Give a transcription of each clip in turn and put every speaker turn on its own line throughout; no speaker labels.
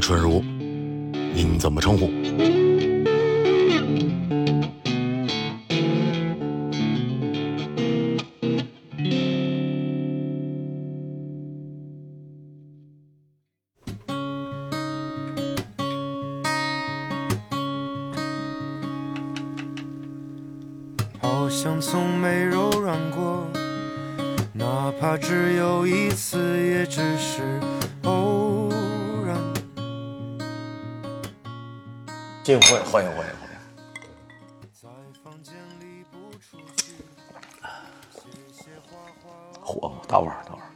春如，您怎么称呼？
好像从没柔软过，哪怕只有一次，也只是偶然。
进会，欢迎欢迎欢迎。
在房间里不出去，写写画画。
火吗？等会哦儿等会儿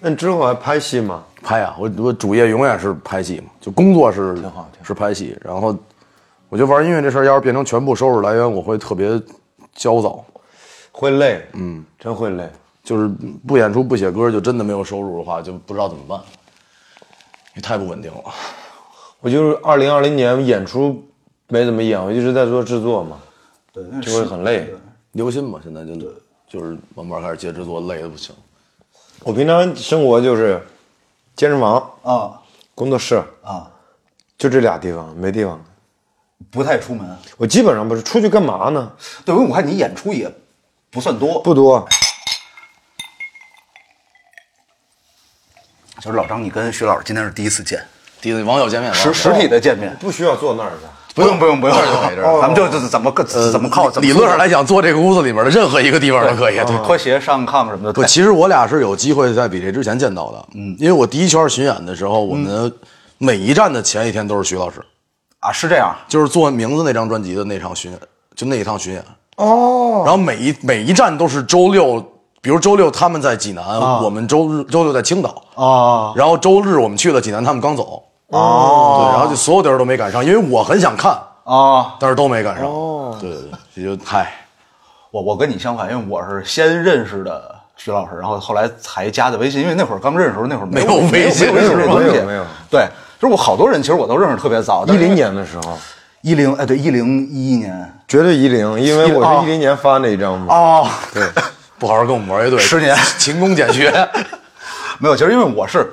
那你之后还拍戏吗？
拍啊！我我主业永远是拍戏嘛，就工作是挺
好挺好
是拍戏。然后我觉得玩音乐这事儿，要是变成全部收入来源，我会特别焦躁。
会累，嗯，真会累。
就是不演出不写歌，就真的没有收入的话，就不知道怎么办，也太不稳定了。
我就是二零二零年演出没怎么演，我一直在做制作嘛，
对，那
就会很累。
留心吧，现在就就是慢慢开始接制作，累的不行。
我平常生活就是健身房、
啊
工作室，
啊，
就这俩地方，没地方了。
不太出门。
我基本上不是出去干嘛呢？
对，因为我看你演出也不算多，
不多，
就是老张，你跟徐老师今天是第一次见，
第一次网友见面，网
实
友
实体的见面，
不需要坐那儿去。
不用不用不用，
哦
咱们就就怎么个怎么靠，怎么
理论上来讲，坐这个屋子里面的任何一个地方都可以。对，
脱鞋上炕什么的，
不，其实我俩是有机会在比这之前见到的。嗯，因为我第一圈巡演的时候，我们每一站的前一天都是徐老师，
啊是这样，
就是做名字那张专辑的那场巡演，就那一趟巡演。
哦，
然后每一每一站都是周六，比如周六他们在济南，我们周日周六在青岛啊，然后周日我们去了济南，他们刚走哦，对，然后就所有地儿都没赶上，因为我很想看，
啊，
但是都没赶上。哦，对对对，这就嗨，
我我跟你相反，因为我是先认识的徐老师，然后后来才加的微信，因为那会儿刚认识的时候，那会儿没
没有微信
没有没有
没有
没有
没有
对，就是我好多人其实我都认识特别早，
一
但是
零年的时候，
一零哎对一零一一年
绝对一零，因为我
哦
是一零年发那一张嘛。
哦，
对，
不好好跟我们玩乐队，
十年
勤工俭学。
没有，其实因为我是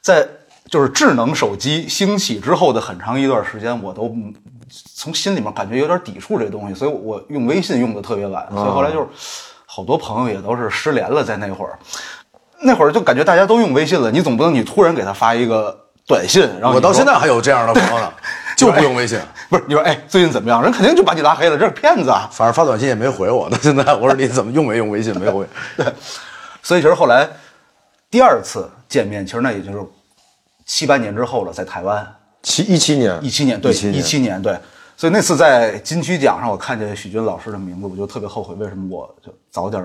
在就是智能手机兴起之后的很长一段时间，我都嗯从心里面感觉有点抵触这东西，所以我我用微信用的特别晚，所以后来就是好多朋友也都是失联了，在那会儿，那会儿就感觉大家都用微信了，你总不能你突然给他发一个短信，然后
我
啊你
到
说
现在还有这样的朋 友呢，就不用微信，
不是你说哎最近怎么样，人肯定就把你拉黑了，这是骗子啊。
反正发短信也没回我。到现在我说你怎么用没用微信没 回？
所以其实后来第二次见面，其实那也就是七八年之后了，在台湾。
七一七年，
一七年，对，
17年
一七年，对。所以那次在金曲奖上，我看见许军老师的名字，我就特别后悔，为什么我就早点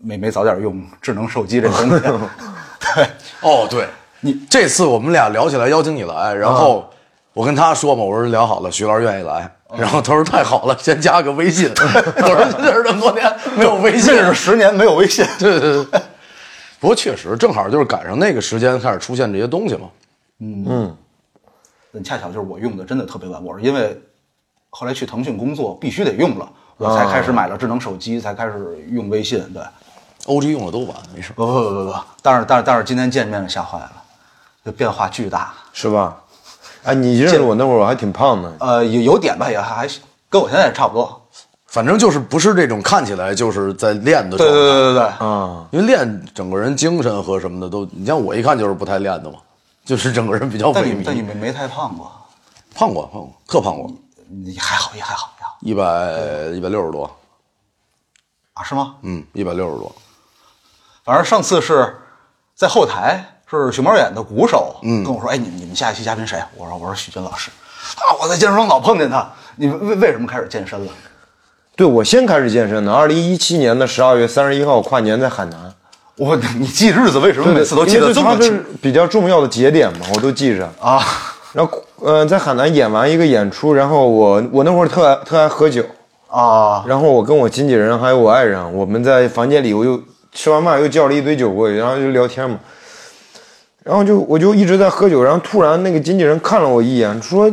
没没早点用智能手机这东西。 对，嗯
哦，对， 你这次我们俩聊起来邀请你来，然后我跟他说嘛，我说聊好了，徐老师愿意来，
嗯
然后他说太好了，先加个微信。 我说这是这么多年没有微信，
认 识十年没有微信，
对对对。不过确实正好就是赶上那个时间开始出现这些东西嘛。
但恰巧就是我用的真的特别晚，我是因为后来去腾讯工作必须得用了，我才开始买了智能手机，才开始用微信。对，
OG 用的都晚，没事。
不不不不不，但是但是但是今天见面吓坏了，这变化巨大。
是吧？哎，你认识我那会儿，我还挺胖的。
呃，有有点吧，也还还行，跟我现在也差不多。
反正就是不是这种看起来就是在练的
对
状
对
态。
对对对，
啊，
因为练整个人精神和什么的都，你像我一看就是不太练的嘛，就是整个人比较萎
但你但你嗯
靡。
没没太胖过。
胖过，胖过，特胖过，
你还好，也还好，也还好
一百一百六十多，
啊？是吗？
嗯，一百六十多。
反正上次是在后台，是熊猫眼的鼓手，嗯，跟我说，哎，你你们下一期嘉宾谁？我说我说许军老师，啊，我在健身房老碰见他。你们为为什么开始健身了？
对，我先开始健身的，二零一七年的十二月三十一号跨年在海南。
我你你记日子为什么每次都记
因
得
为
这
它
么
是
清
比较重要的节点嘛，我都记着。
啊？
然后，呃，在海南演完一个演出，然后我我那会儿特爱特爱喝酒，
啊，
然后我跟我经纪人还有我爱人，我们在房间里，我又吃完饭又叫了一堆酒过去，然后就聊天嘛。然后就我就一直在喝酒，然后突然那个经纪人看了我一眼，说：“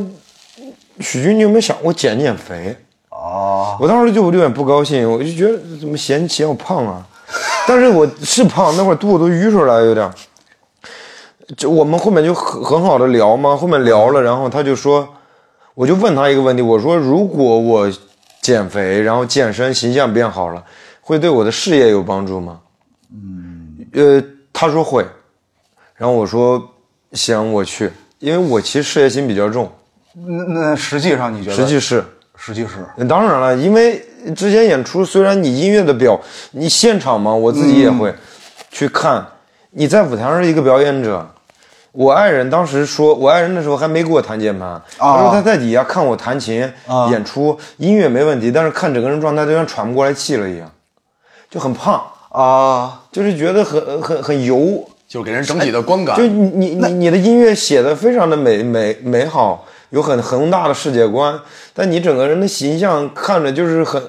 许军，你有没有想过减减肥？”
哦，
我当时就有点不高兴，我就觉得怎么嫌嫌我胖啊？但是我是胖，那会儿肚子都淤出来了有点儿。就我们后面就很很好的聊嘛，后面聊了，然后他就说，我就问他一个问题，我说如果我减肥，然后健身，形象变好了，会对我的事业有帮助吗？嗯，呃，他说会，然后我说行，我去，因为我其实事业心比较重，
那那实际上你觉得？
实际是。
实际是
嗯当然了，因为之前演出，虽然你音乐的表，你现场嘛，我自己也会去看。你在舞台上是一个表演者。我爱人当时说，我爱人那时候还没给我弹键盘，他说他在底下看我弹琴、演出，音乐没问题，但是看整个人状态都像喘不过来气了一样，就很胖，
啊，
就是觉得很很很油，
就是给人整体的观感
就你你你你的音乐写的非常的美美美好，有很宏大的世界观，但你整个人的形象看着就是很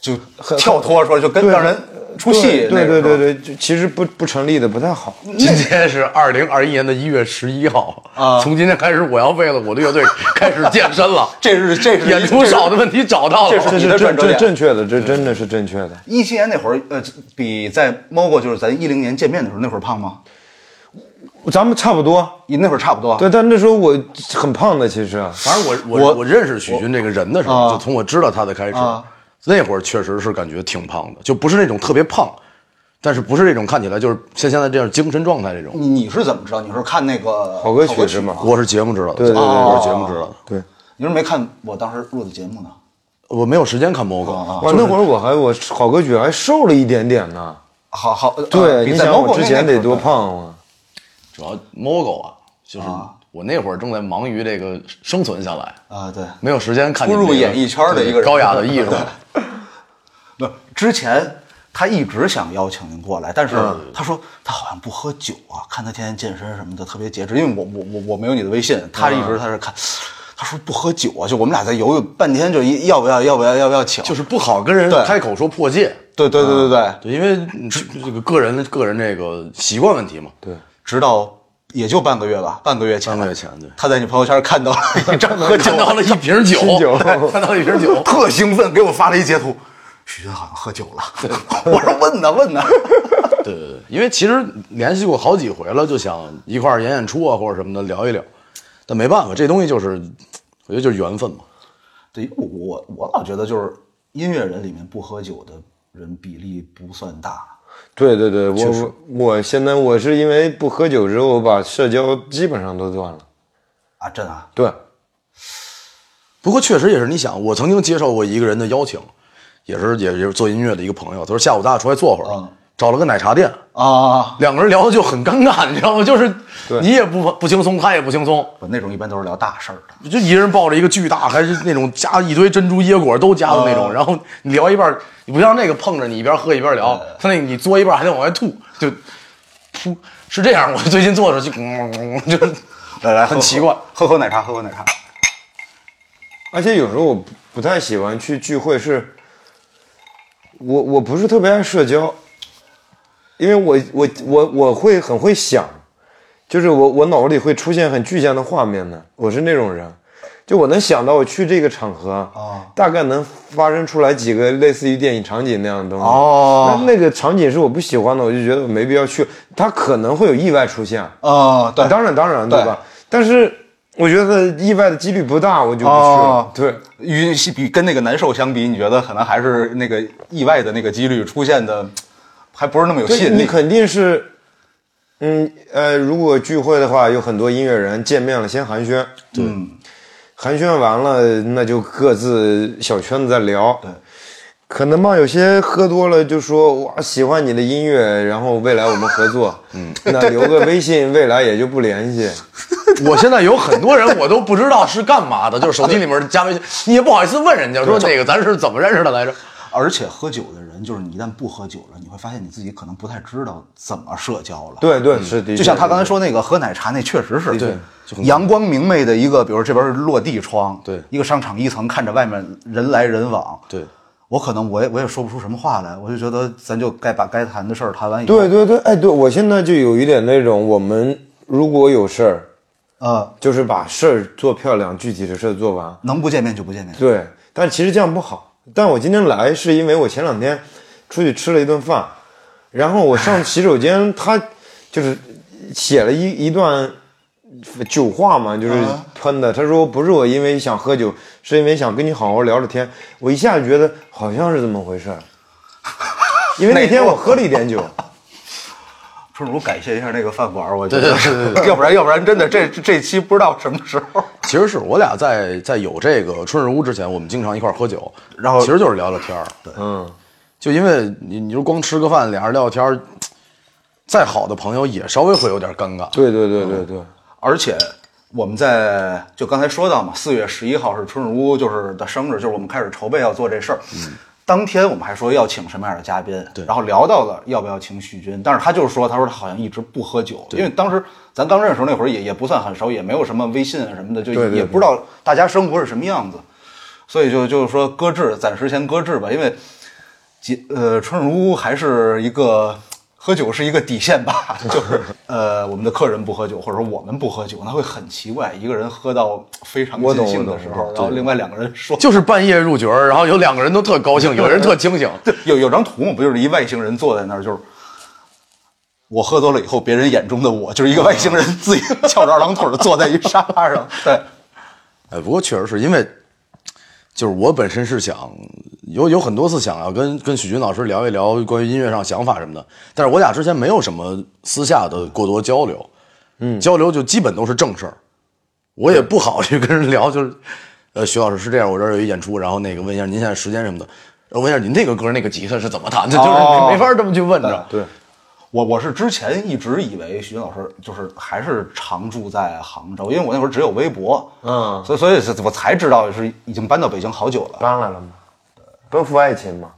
就跳脱出来，就跟
对
让人出戏。
对对对
对，
对，就其实不不成立的，不太好。
今天是二零二一年的一月十一号啊，从今天开始，我要为了我的乐队开始健身了。
这是这 是
演出少的问题找到
这
了，
是
这
你
是
的转
正
折
正
点嗯
正确的，这真的是正确的。
一七年那会儿，呃，比在猫哥就是咱一零年见面的时候那会儿胖吗？
咱们差不多，
你那会儿差不多。
对，但那时候我很胖的，其实啊
反正我我我认识许军这个人的时
啊
候，就从我知道他的开始，那会儿确实是感觉挺胖的，就不是那种特别胖，但是不是那种看起来就是像现在这样精神状态这种。
你你是怎么知道？你是看那个
好歌曲是吗
吗？
我是节目知道的，
对对对
我是节目知道的，
对。
你是没看我当时录的节目呢？
我没有时间看猫
啊
哥，
哇，那会儿啊我还我好歌曲还瘦了一点点呢。
好好，呃
对，
比
你
在
想
猫哥
我之
那
前
那会
得
儿
多
的
胖啊！
主要猫哥啊，就是我那会儿正在忙于这个生存下来，
啊？对，
没有时间看
初
你们
入
这个
演艺圈的一个人
高雅的 艺术。
不是之前他一直想邀请您过来，但是
嗯
他说他好像不喝酒啊，看他天天健身什么的特别节制，因为我我我我没有你的微信，他一直他是看。
嗯
他说不喝酒啊，就我们俩在犹豫半天，就一要不要要不要要不要请，
就是不好跟人
对
开口说破戒，
对对对对对，
对，因为这这个个人个人这个习惯问题嘛。对，
直到也就半个月吧，半个月前，
半个月前对
他在你朋友圈看 到了一张喝酒，
看到了一瓶酒，
酒
对看到了一瓶酒
特兴奋，给我发了一截图，许军好像喝酒了。 我说问呢问呢，
对 对对，因为其实联系过好几回了，就想一块儿演演出啊或者什么的聊一聊，但没办法，这东西就是我觉得就是缘分嘛。
对，我我我老觉得就是音乐人里面不喝酒的人比例不算大。
对对对，我我我现在我是因为不喝酒之后，把社交基本上都断了。
啊，真啊，
对，
不过确实也是，你想，我曾经接受过一个人的邀请，也是也也是做音乐的一个朋友，他说下午咱俩出来坐会儿，找了个奶茶店，
啊，
两个人聊的就很尴尬，你知道吗？就是你也不不轻松，他也不轻松。
我那种一般都是聊大事儿的。
就一人抱着一个巨大，还是那种加一堆珍珠椰果都加的那种，然后你聊一半儿，你不像那个碰着你一边喝一边聊，他那个你嘬一半儿还得往外吐，就噗，是这样。我最近做的时候就嗯嗯嗯就是
来来，
很
喝
奇怪，
喝口奶茶，喝口奶茶。
而且有时候我不不太喜欢去聚会是，我我不是特别爱社交，因为我我我我会很会想，就是我我脑子里会出现很具象的画面的，我是那种人，就我能想到我去这个场合
哦
大概能发生出来几个类似于电影场景那样的东西。
哦
那那个场景是我不喜欢的，我就觉得我没必要去，它可能会有意外出现。
啊，对，
当然当然，
对
对吧？但是我觉得意外的几率不大，我就不去了。
哦
对。
与比跟那个难受相比，你觉得可能还是那个意外的那个几率出现的，还不是那么有
对
吸引
你
力。
肯定是，嗯呃，如果聚会的话，有很多音乐人见面了，先寒暄，对，寒暄完了，那就各自小圈子再聊，对。可能吧，有些喝多了就说哇喜欢你的音乐，然后未来我们合作，嗯，那留个微信，未来也就不联 系。
我现在有很多人我都不知道是干嘛的，就是手机里面加微信，你也不好意思问人家说那个咱是怎么认识的来着。
而且喝酒的人，就是你一旦不喝酒了，你会发现你自己可能不太知道怎么社交了。，
对对，是的确，
就像他刚才
说，
说那个喝奶茶，那确实是对，阳光明媚的一个，比如这边是落地窗，
对
一个商场一层，看着外面人来人往，
对，
我可能我也我也说不出什么话来，我就觉得咱就该把该谈的事儿谈完以后，
对，对对，哎，对我现在就有一点那种，我们如果有事儿，
呃，
就是把事儿做漂亮，具体的事儿做完，
能不见面就不见面，
对，但其实这样不好。但我今天来是因为我前两天出去吃了一顿饭，然后我上洗手间，他就是写了一一段酒话嘛，就是喷的。他说不是我因为想喝酒，是因为想跟你好好聊聊天。我一下就觉得好像是这么回事儿，因为那天我喝了一点酒。
春如感谢一下那个饭馆，我觉得， 要不然要不然真的这这这期不知道什么时候。
其实是我俩在在有这个春日屋之前，我们经常一块儿喝酒，然后其实就是聊聊天儿。对，嗯，就因为你你说光吃个饭，俩人聊聊天儿，再好的朋友也稍微会有点尴尬。
对对对对对，
而且我们在就刚才说到嘛，四月十一号是春日屋就是的生日，就是我们开始筹备要做这事儿。
嗯
当天我们还说要请什么样的嘉宾，对，然后聊到了要不要请许军，但是他就是说，他说他好像一直不喝酒，因为当时咱刚认识的时候那会儿也也不算很熟，也没有什么微信啊什么的，就
对对
也不知道大家生活是什么样子，所以就就是说搁置，暂时先搁置吧，因为节呃，春日屋还是一个喝酒是一个底线吧， 就是呃，我们的客人不喝酒，或者说我们不喝酒，那会很奇怪，一个人喝到非常
我懂
尽兴
我
的
懂
时候，然后另外两个人说，
就是半夜入局儿，然后有两个人都特高兴，有人特清醒。
对，有有张图嘛， 不就是一外星人坐在那儿，就是我喝多了以后，别人眼中的我就是一个外星人，自己 翘着二郎腿儿坐在一沙发上，对，
哎，不过确实是因为，就是我本身是想有有很多次想要跟跟许军老师聊一聊关于音乐上想法什么的，但是我俩之前没有什么私下的过多交流，嗯，交流就基本都是正事儿，我也不好去跟人聊，就是，呃，徐老师是这样，我这儿有一演出，然后那个问一下您现在时间什么的，然后问一下您那个歌那个吉他是怎么弹的，就是
哦
没没法这么去问着，
对，
我我是之前一直以为徐军老师就是还是常住在杭州，因为我那会儿只有微博，
嗯
所以所以是我才知道是已经搬到北京好久了。
搬来了吗？奔赴爱情嘛。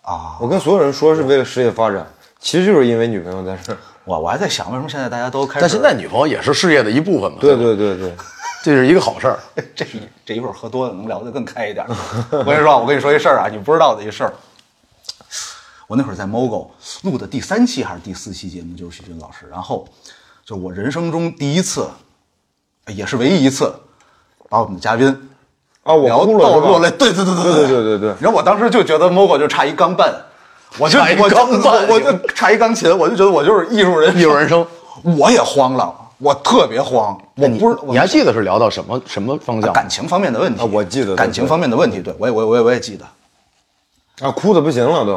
啊，
我跟所有人说是为了事业发展，其实就是因为女朋友在 这儿。
我我还在想，为什么现在大家都开始？
但现在女朋友也是事业的一部分嘛，
对
吧，
对对对，
这是一个好事儿。
这一这一会儿喝多了能聊得更开一点儿。我跟你说，我跟你说一事儿啊，你不知道的一事儿。我那会儿在 MOGO 录的第三期还是第四期节目，就是许军老师，然后就是我人生中第一次，呃也是唯一一次，把我们的嘉宾
啊，我
聊
哭了
到
是吧
落泪，对对对对
对对对对对
然后我当时就觉得 MOGO 就差一钢伴，我就
差一
我就
钢伴
我就差一钢琴，我就觉得我就是艺术人，
艺术人生，
我也慌了，我特别慌，我不是我
你还记得是聊到什么什么方向吗？
感情方面的问题
啊我记得对
感情
对
方面的问题，对我也我也我也我也记得，
啊，哭的不行了都。
就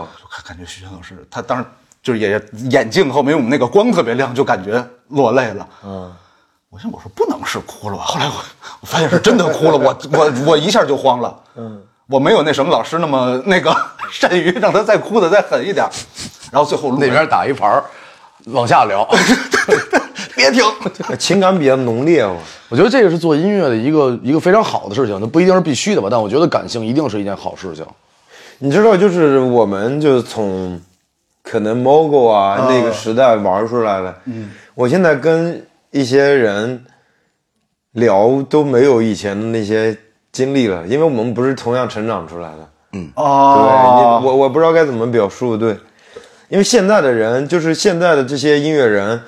感感觉徐峥老师他当时就是也眼镜后面我们那个光特别亮，就感觉落泪了。嗯，我想我说不能是哭了吧，后来我我发现是真的哭了，我我我一下就慌了。嗯，我没有那什么老师那么那个 善于让他再哭的再狠一点儿，然后最后录
那边打一盘儿，往下聊。
别停，
情感比较浓烈哦。
我觉得这个是做音乐的一个一个非常好的事情，那不一定是必须的吧，但我觉得感性一定是一件好事情。
你知道，就是我们就是从可能 MOGO 啊、那个时代玩出来的。嗯，我现在跟一些人聊都没有以前的那些经历了，因为我们不是同样成长出来的。
哦
对，你我我不知道该怎么表述，对，因为现在的人就是现在的这些音乐人，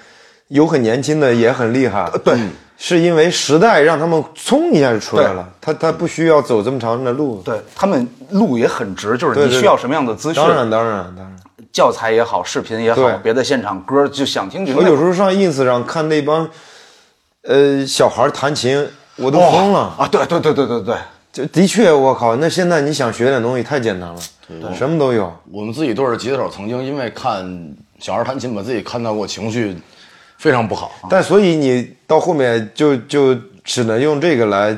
有很年轻的，也很厉害，对，是因为时代让他们冲一下就出来了，他他不需要走这么长的路，
对他们录也很直，就是
对
你
对
需要什么样的资讯，
当然当然当然，
教材也好，视频也好
对，
别的现场歌就想听就
我
那
有时候上 ins 上看那帮，呃，小孩弹琴，我都疯了，
啊！对对对对对对，
就的确，我靠，那现在你想学点东西太简单了，什么都有，
我们自己队儿的吉他手曾经因为看小孩弹琴，把自己看到过情绪非常不好，
但所以你到后面就就只能用这个来。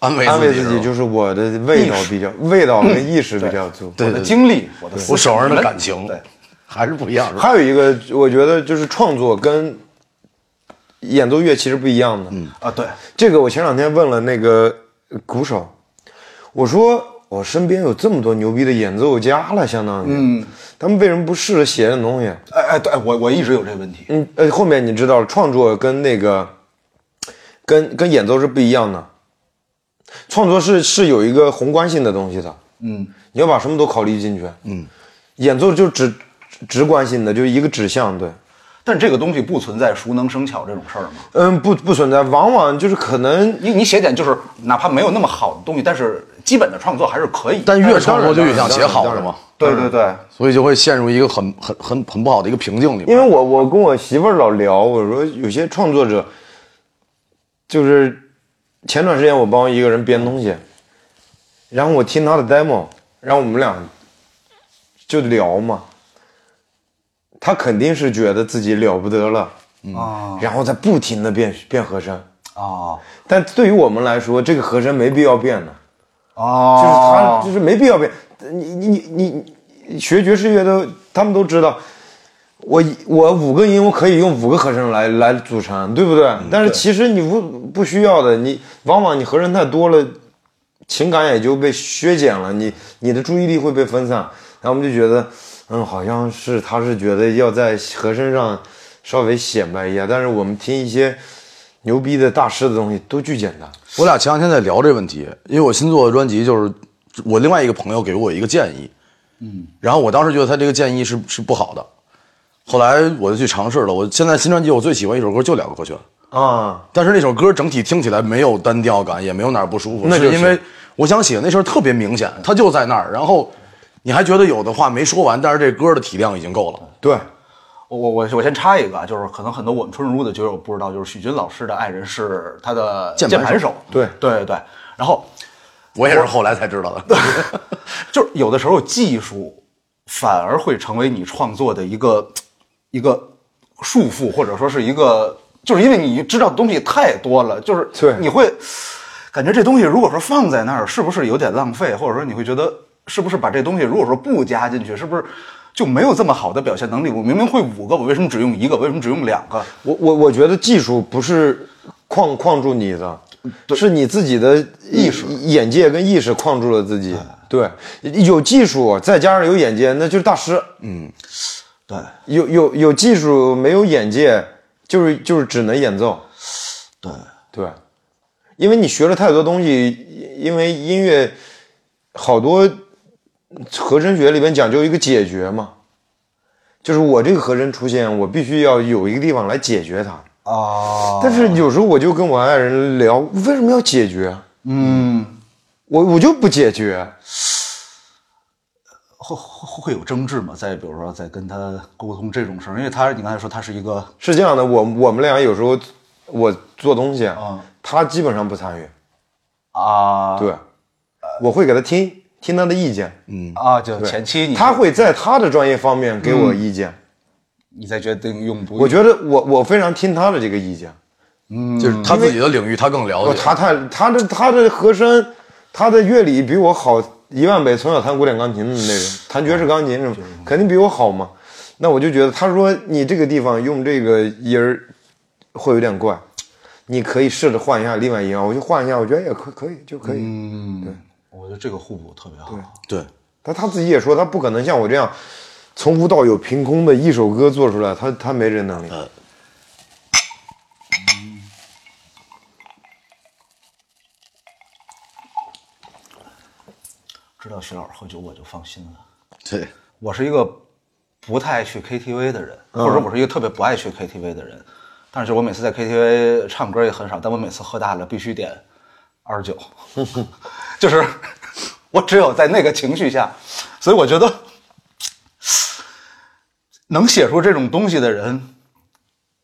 安慰
安慰自
是
己
吧
就是我的味道比较，味道跟意识比较足。
对对
我的
对
经历，我的思
我手上
你
的
们
感情，
对，
还是不一样。是吧
还有一个，我觉得就是创作跟演奏乐器是不一样的。
嗯
啊，对，
这个我前两天问了那个鼓手，我说我身边有这么多牛逼的演奏家了，相当于，嗯，他们为什么不试着写点东西？
哎哎，对我我一直有这个问题，
嗯，呃，后面你知道了，创作跟那个，跟跟演奏是不一样的。创作是是有一个宏观性的东西的，嗯，你要把什么都考虑进去，嗯，演奏就直直观性的，就一个指向，对，
但这个东西不存在熟能生巧这种事儿嘛。
嗯，不不存在，往往就是可能
你你写点就是哪怕没有那么好的东西，但是基本的创作还是可以，
但越创作就越想写好
当
是
然
吗？
对对对，
所以就会陷入一个很很很很不好的一个瓶颈里
因为
面。
我我跟我媳妇儿老聊，我说有些创作者，就是前段时间我帮一个人编东西，然后我听他的 demo，然后我们俩就聊嘛，他肯定是觉得自己了不得了，
啊
然后再不停的变变和声，
啊
但对于我们来说，这个和声没必要变的。就
啊，
是他就是没必要变。你你你你你学爵士乐都他们都知道，我我五个音我可以用五个和声来来组成，对嗯不对？但是其实你不不需要的，你往往你和声太多了，情感也就被削减了，你你的注意力会被分散，然后我们就觉得，嗯，好像是他是觉得要在和声上稍微显摆一下，但是我们听一些牛逼的大师的东西都巨简单。
我俩前两天在聊这问题，因为我新做的专辑就是我另外一个朋友给我一个建议，嗯，然后我当时觉得他这个建议是是不好的，后来我就去尝试了。我现在新专辑我最喜欢一首歌就两个和弦，
啊，
但是那首歌整体听起来没有单调感，也没有哪儿不舒服，
那就是
因为我想写那事儿特别明显，它就在那儿，然后你还觉得有的话没说完，但是这歌的体量已经够了。
对，
我我我我先插一个啊，就是可能很多我们春如的酒友不知道，就是许军老师的爱人是他的
键
键
盘手
盘手，
对
对对对。然后
我也是后来才知道的。
就是有的时候技术反而会成为你创作的一个一个束缚，或者说是一个，就是因为你知道的东西太多了，就是
对
你会感觉这东西如果说放在那儿，是不是有点浪费，或者说你会觉得是不是把这东西如果说不加进去，是不是就没有这么好的表现能力？我明明会五个，我为什么只用一个？为什么只用两个？
我我我觉得技术不是框框住你的，是你自己的意识、眼界跟意识框住了自己。
哎
对，有技术再加上有眼界，那就是大师。
嗯对
有有有技术没有眼界，就是就是只能演奏。
对，
对，因为你学了太多东西，因为音乐好多和声学里边讲究一个解决嘛，就是我这个和声出现，我必须要有一个地方来解决它。
啊，
但是有时候我就跟我爱人聊，为什么要解决？
嗯，
我我就不解决，
会会会有争执吗？在比如说在跟他沟通这种事儿，因为他你刚才说他是一个
是这样的，我我们俩有时候我做东西，啊
嗯
他基本上不参与，
啊，
对，我会给他听听他的意见，
啊，就前期你
他会在他的专业方面给我意见，
嗯你再决定用不用，
我觉得我我非常听他的这个意见，
就是他自己的领域，他更
哦
了解。
他太他的他的和声，他的乐理比我好一万倍，从小弹古典钢琴的那种，弹爵士钢琴什
哦
么，肯定比我好嘛。那我就觉得，他说你这个地方用这个音儿会有点怪，你可以试着换一下另外一样，我就换一下，我觉得也哎可可以就可以。
嗯，对，我觉得这个互补特别好，
对，
但他自己也说，他不可能像我这样从无到有凭空的一首歌做出来，他他没这能力。
嗯知道徐老师喝酒我就放心了。
对，
我是一个不太去 KTV 的人，或者说我是一个特别不爱去 KTV 的人，但是就我每次在 KTV 唱歌也很少，但我每次喝大了必须点二 九，就是 我只有在那个情绪下，所以我觉得能写出这种东西的人，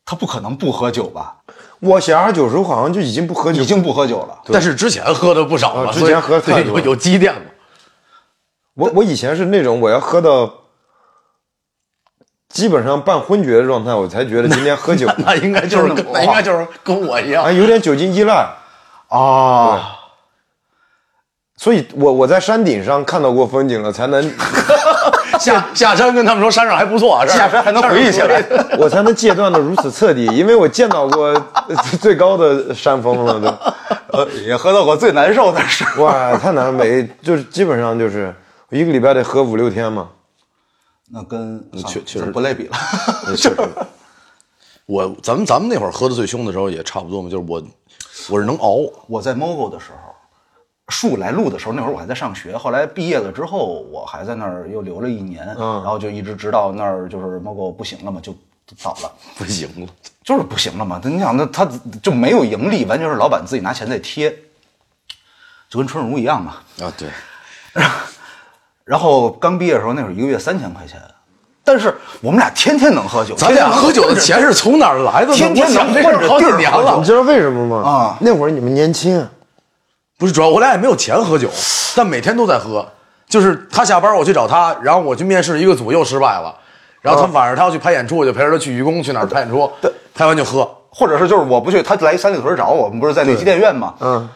他不可能不喝酒吧？
我写二九时候好像就已经不喝酒，
已经不喝酒了。
但是之前喝的不少嘛，
啊之
所以
前喝太
对
多
有
了
有积淀嘛。
我我以前是那种我要喝到基本上半昏厥的状态，我才觉得今天喝酒
那应该就是跟那应该就是跟我一样
啊，。有点酒精依赖。
啊，
所以我我在山顶上看到过风景了，才能
下下山跟他们说山上还不错啊，这儿
下山还能回忆起来。
我才能戒断的如此彻底，因为我见到过 最高的山峰了都，
呃，也喝到过最难受的事。
哇，太难了，每就是基本上就是我一个礼拜得喝五六天嘛。
那跟
确确实
不类比了。
确实，我咱们咱们那会儿喝的最凶的时候也差不多嘛，就是我我是能熬，
我在 MOGO 的时候，树来录的时候，那会儿我还在上学。后来毕业了之后，我还在那儿又留了一年，
嗯
然后就一直直到那儿就是 MOGO 不行了嘛，就倒了，
不行了。
就是不行了嘛。那你想，那他就没有盈利，完全是老板自己拿钱在贴。就跟春荣一样嘛。
啊，对，
然后刚毕业的时候，那会儿一个月三千块钱，但是我们俩天天能喝酒，
咱俩喝酒
天天
的
能混着
钱是从哪儿来的呢？
天天
我想
能
这事
混
儿
着
好几
地儿
年
喝
了
你，知道为什么吗？
啊
那会儿你们年轻，啊
不是主要我俩也没有钱喝酒，但每天都在喝。就是他下班我去找他，然后我去面试一个组又失败了，然后他晚上他要去拍演出，我就陪着他去愚公去哪儿拍演出，拍完就喝。
或者是就是我不去，他来三里屯找我，我们不是在那机电院吗？
嗯。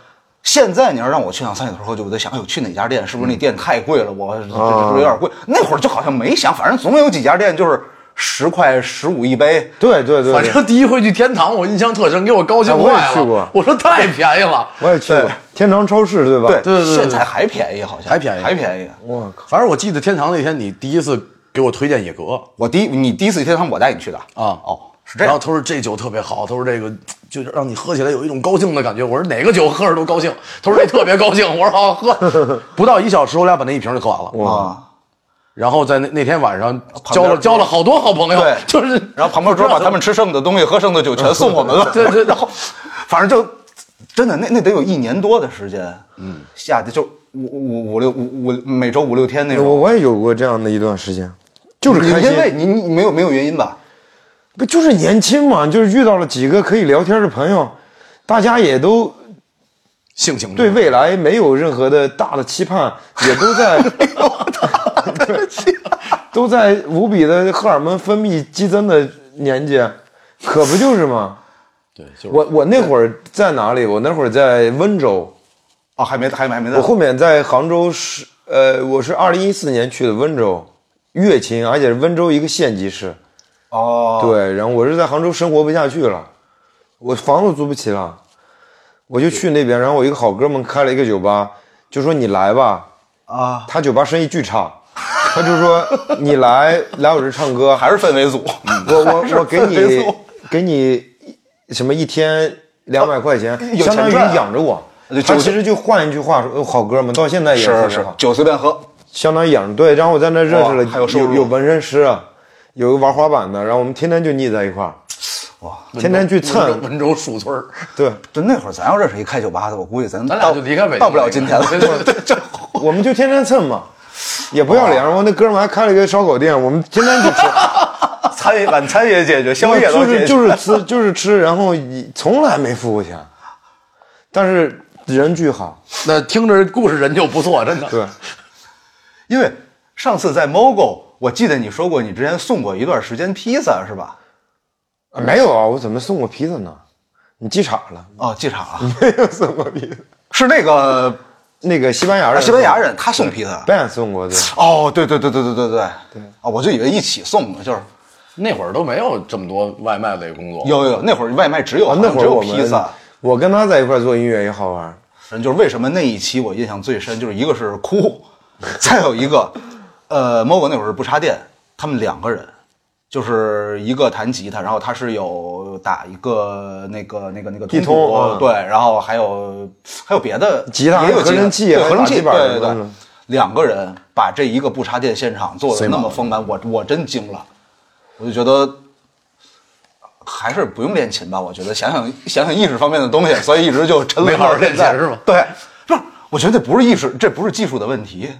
现在你要让我去趟三里屯喝酒，我得想，哎呦，去哪家店？是不是那店太贵了？我这这这有点贵。那会儿就好像没想，反正总有几家店就是十块、十五一杯。
对对对，
反
对
正第一回去天堂，我印象特深，给我高兴
哎我
坏
也
了。
去过
我说太便宜了。
我也去过天堂超市，对吧？
对
对对对
现在还便宜，好像
还便宜
还便宜。
我靠，
反正我记得天堂那天，你第一次给我推荐野格
我第一，你第一次去天堂，我带你去的啊？
啊，
哦，是这
然后。
样
他说这酒特别好，他说这个就让你喝起来有一种高兴的感觉。我说哪个酒喝着都高兴，他说这特别高兴。 我说好喝， 不到一小时，我俩把那一瓶就喝完了。
啊，
然后在那那天晚上
旁
交
边
了交了好多好朋友
对，
就是
然后旁边桌把他们吃剩的东西、喝剩的酒全送我们了。
对对
然后反正就真的那那得有一年多的时间，嗯，下的就五五五六五五每周五六天那
我
种。
我也有过这样的一段时间，就是
你
开心
因，为你你没有没有原因吧？
不就是年轻嘛，就是遇到了几个可以聊天的朋友，大家也都
性情
对未来没有任何的大的期盼，也都在 都在无比的荷尔蒙分泌激增的年纪，可不就是吗？
对，就是
我我那会儿在哪里？我那会儿在温州，
哦，还没还没还没在
我后面在杭州是呃，我是二零一四年去的温州，乐清，而且是温州一个县级市。
哦，
对，然后我是在杭州生活不下去了，我房子租不起了，我就去那边。然后我一个好哥们开了一个酒吧，就说你来吧，
啊，
他酒吧生意巨差，他就说你来来我这唱歌，
还是氛围组，
我我我给
还是
你
分组
给你什么一天两百块钱，
有
相当
钱
于
赚啊
养着我
就。
他
就
其实就换一句话说，呃好哥们，到现在也
是
非常
是
好，
酒随便喝，
相当于养着。对，然后我在那认识了
哇还有收入
有纹身师啊，有个玩滑板的，然后我们天天就腻在一块儿，
哇，
天天去
温州
蹭。
温州蜀村儿
对，
就那会儿咱要认识一开酒吧的，我估计咱
咱俩
到
就离开北京
到不了今 天了。
了
对对对，就
我们就天天蹭嘛，也不要脸。然后那哥们还开了一个烧烤店，我们天天去吃，
餐也晚餐也解决，宵夜都
就
解
是
决，
就是吃就是吃，然后以从来没付过钱，但是人巨好。
那听着故事人就不错，真的。
对，
因为上次在 Mogo，我记得你说过你之前送过一段时间披萨是吧？
啊没有啊，我怎么送过披萨呢？你记岔了，
哦，记场了，
没有送过披萨。
是那个
那个西班牙人，
啊西班牙人他送披萨。
，Ben 送过的。
哦，对对对对对对对对，啊，我就以为一起送呢，就是
那会儿都没有这么多外卖类工作，
有有有，那会儿外卖只有
啊，那会
只
儿
有
我
披
们
萨。，
我跟他在一块儿做音乐也好玩。
反正就是为什么那一期我印象最深，就是一个是哭，再有一个，呃，Mogo 那会儿是不插电，他们两个人，就是一个弹吉他，然后他是有打一个那个那个那个
地
鼓
通嗯
对，然后还有还有别的
吉他
也有
合成器
对
还有
合成器，
打击板
对对对
嗯，
两个人把这一个不插电现场做的那么丰满，我我真惊了，我就觉得。还是不用练琴吧，我觉得想想想想艺术方面的东西，所以一直就沉沦
没好好
到现
练
在
琴是吗
对，不是，我觉得这不是艺术，这不是技术的问题。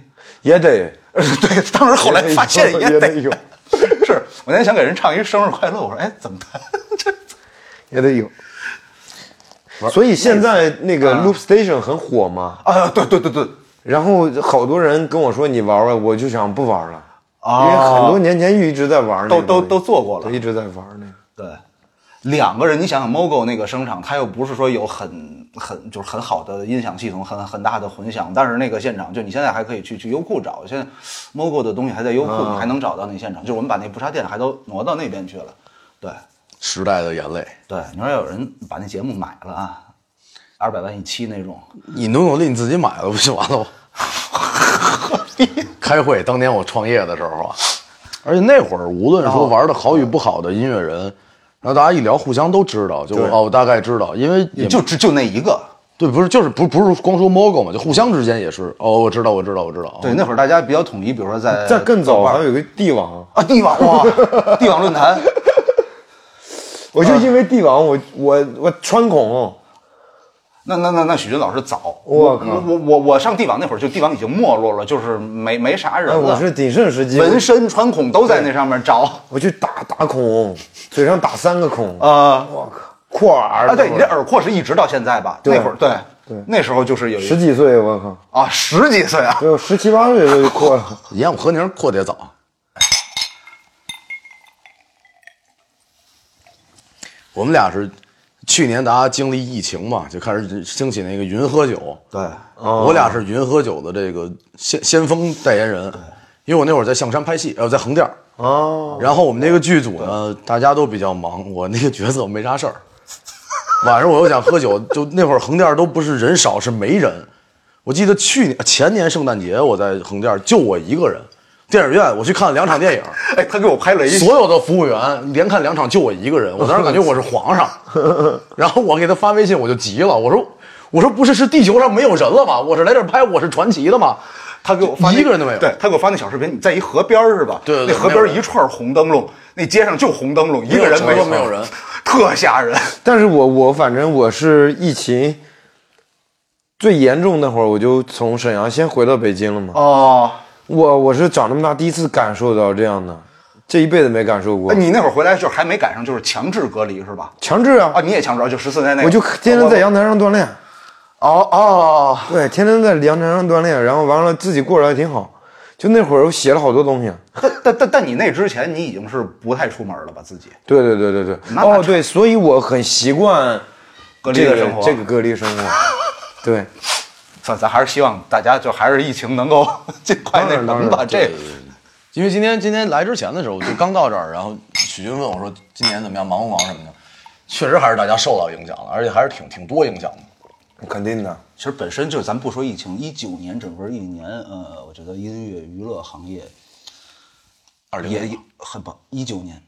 也得，
呃对，当时后来发现
也
也
得
得
有，
是我那天想给人唱一生日快乐，我说哎怎么弹？这
也得有。所以现在那个 Loop Station 很火嘛，
啊，对对对对，
然后好多人跟我说你玩玩，我就想不玩了，
啊
因为很多年前一直在玩那个
都
东西，
都都做过了
对一直在玩那个。
对，两个人，你想想 Mogo 那个声场，他又不是说有很很就是很好的音响系统，很很大的混响，但是那个现场就你现在还可以去去优酷找，现在 Mogo 的东西还在优酷，你还能找到那现场，就是我们把那不插电还都挪到那边去了。对
时代的眼泪。
对，你说要有人把那节目买了啊，二百万一期那种，
你努努力，你自己买了不就完了吗？ 开会，当年我创业的时候 啊，而且那会儿无论说玩的好与不好的音乐人，然后大家一聊，互相都知道，就哦，我大概知道，因为也
也就只就那一个。
对，不是就是不不是光说 Mogo 嘛，就互相之间也是哦，我知道，我知道，我知道。
对，，那会儿大家比较统一，比如说在
再更
豆
早
瓣
还有一个帝王，
啊，帝王哇，帝王论坛，
我就因为帝王，我我我穿孔，
那那那那许军老师早，
我靠
我我我上地网那会儿就地网已经没落了，就是没没啥人
哎，
了。
我是鼎盛时期，
纹身穿孔都在那上面找
我去打打 孔，嘴上打三个孔，
啊
我靠，扩耳
啊！对你这耳廓是一直到现在吧？
对
那会儿对那时候就是有一
十几岁，我靠，
啊十几岁啊，
对，我十七八岁就扩了，
烟我和宁扩得也早，我们俩是去年大家经历疫情嘛，就开始兴起那个云喝酒。
对
我俩是云喝酒的这个先先锋代言人，因为我那会儿在象山拍戏，呃，在横店儿
哦，
然后我们那个剧组呢，大家都比较忙，我那个角色没啥事儿。晚上我又想喝酒，就那会儿横店儿都不是人少，是没人。我记得去年前年圣诞节我在横店儿就我一个人，电影院我去看了两场电影，
哎，他给我拍了一
所有的服务员连看两场就我一个人，我当时感觉我是皇 上。然后我给他发微信，我就急了，我说我说不是是地球上没有人了吗？我是来这儿拍我是传奇的吗？
他给我发那
一个人都没有
对他给我发那小视频，你在一河边儿是吧？
对对对
那河边
没
儿
有
一串红灯笼，那街上就红灯笼，一个人
没
没
有没有人，
特吓人。
但是我我反正我是疫情最严重那会儿，我就从沈阳先回到北京了嘛。
哦，
我我是长这么大第一次感受到这样的，这一辈子没感受过
哎，。你那会儿回来就是还没赶上就是强制隔离是吧？
强制啊
啊，，你也强制啊，就十四天内。
我就天天在阳台上锻炼，
哦哦，
对，天天在阳台上锻炼，然后完了自己过得还挺好。就那会儿我写了好多东西，啊
但但但但你那之前你已经是不太出门了吧？自己
对对对对对，
那
哦对，所以我很习惯
隔离
这
的
个
生活，
这个隔离生活，对，
咱咱还是希望大家就还是疫情能 够尽快那什
当
么
然当
吧。
然
这
因为今天今天来之前的时候，我就刚到这儿，然后许军问我说今年怎么样，忙不忙什么的，确实还是大家受到影响了，而且还是挺挺多影响的。
肯定的，
其实本身就是咱不说疫情，一九年整个一年，呃，我觉得音乐娱乐行业
二零
也很棒。一九年，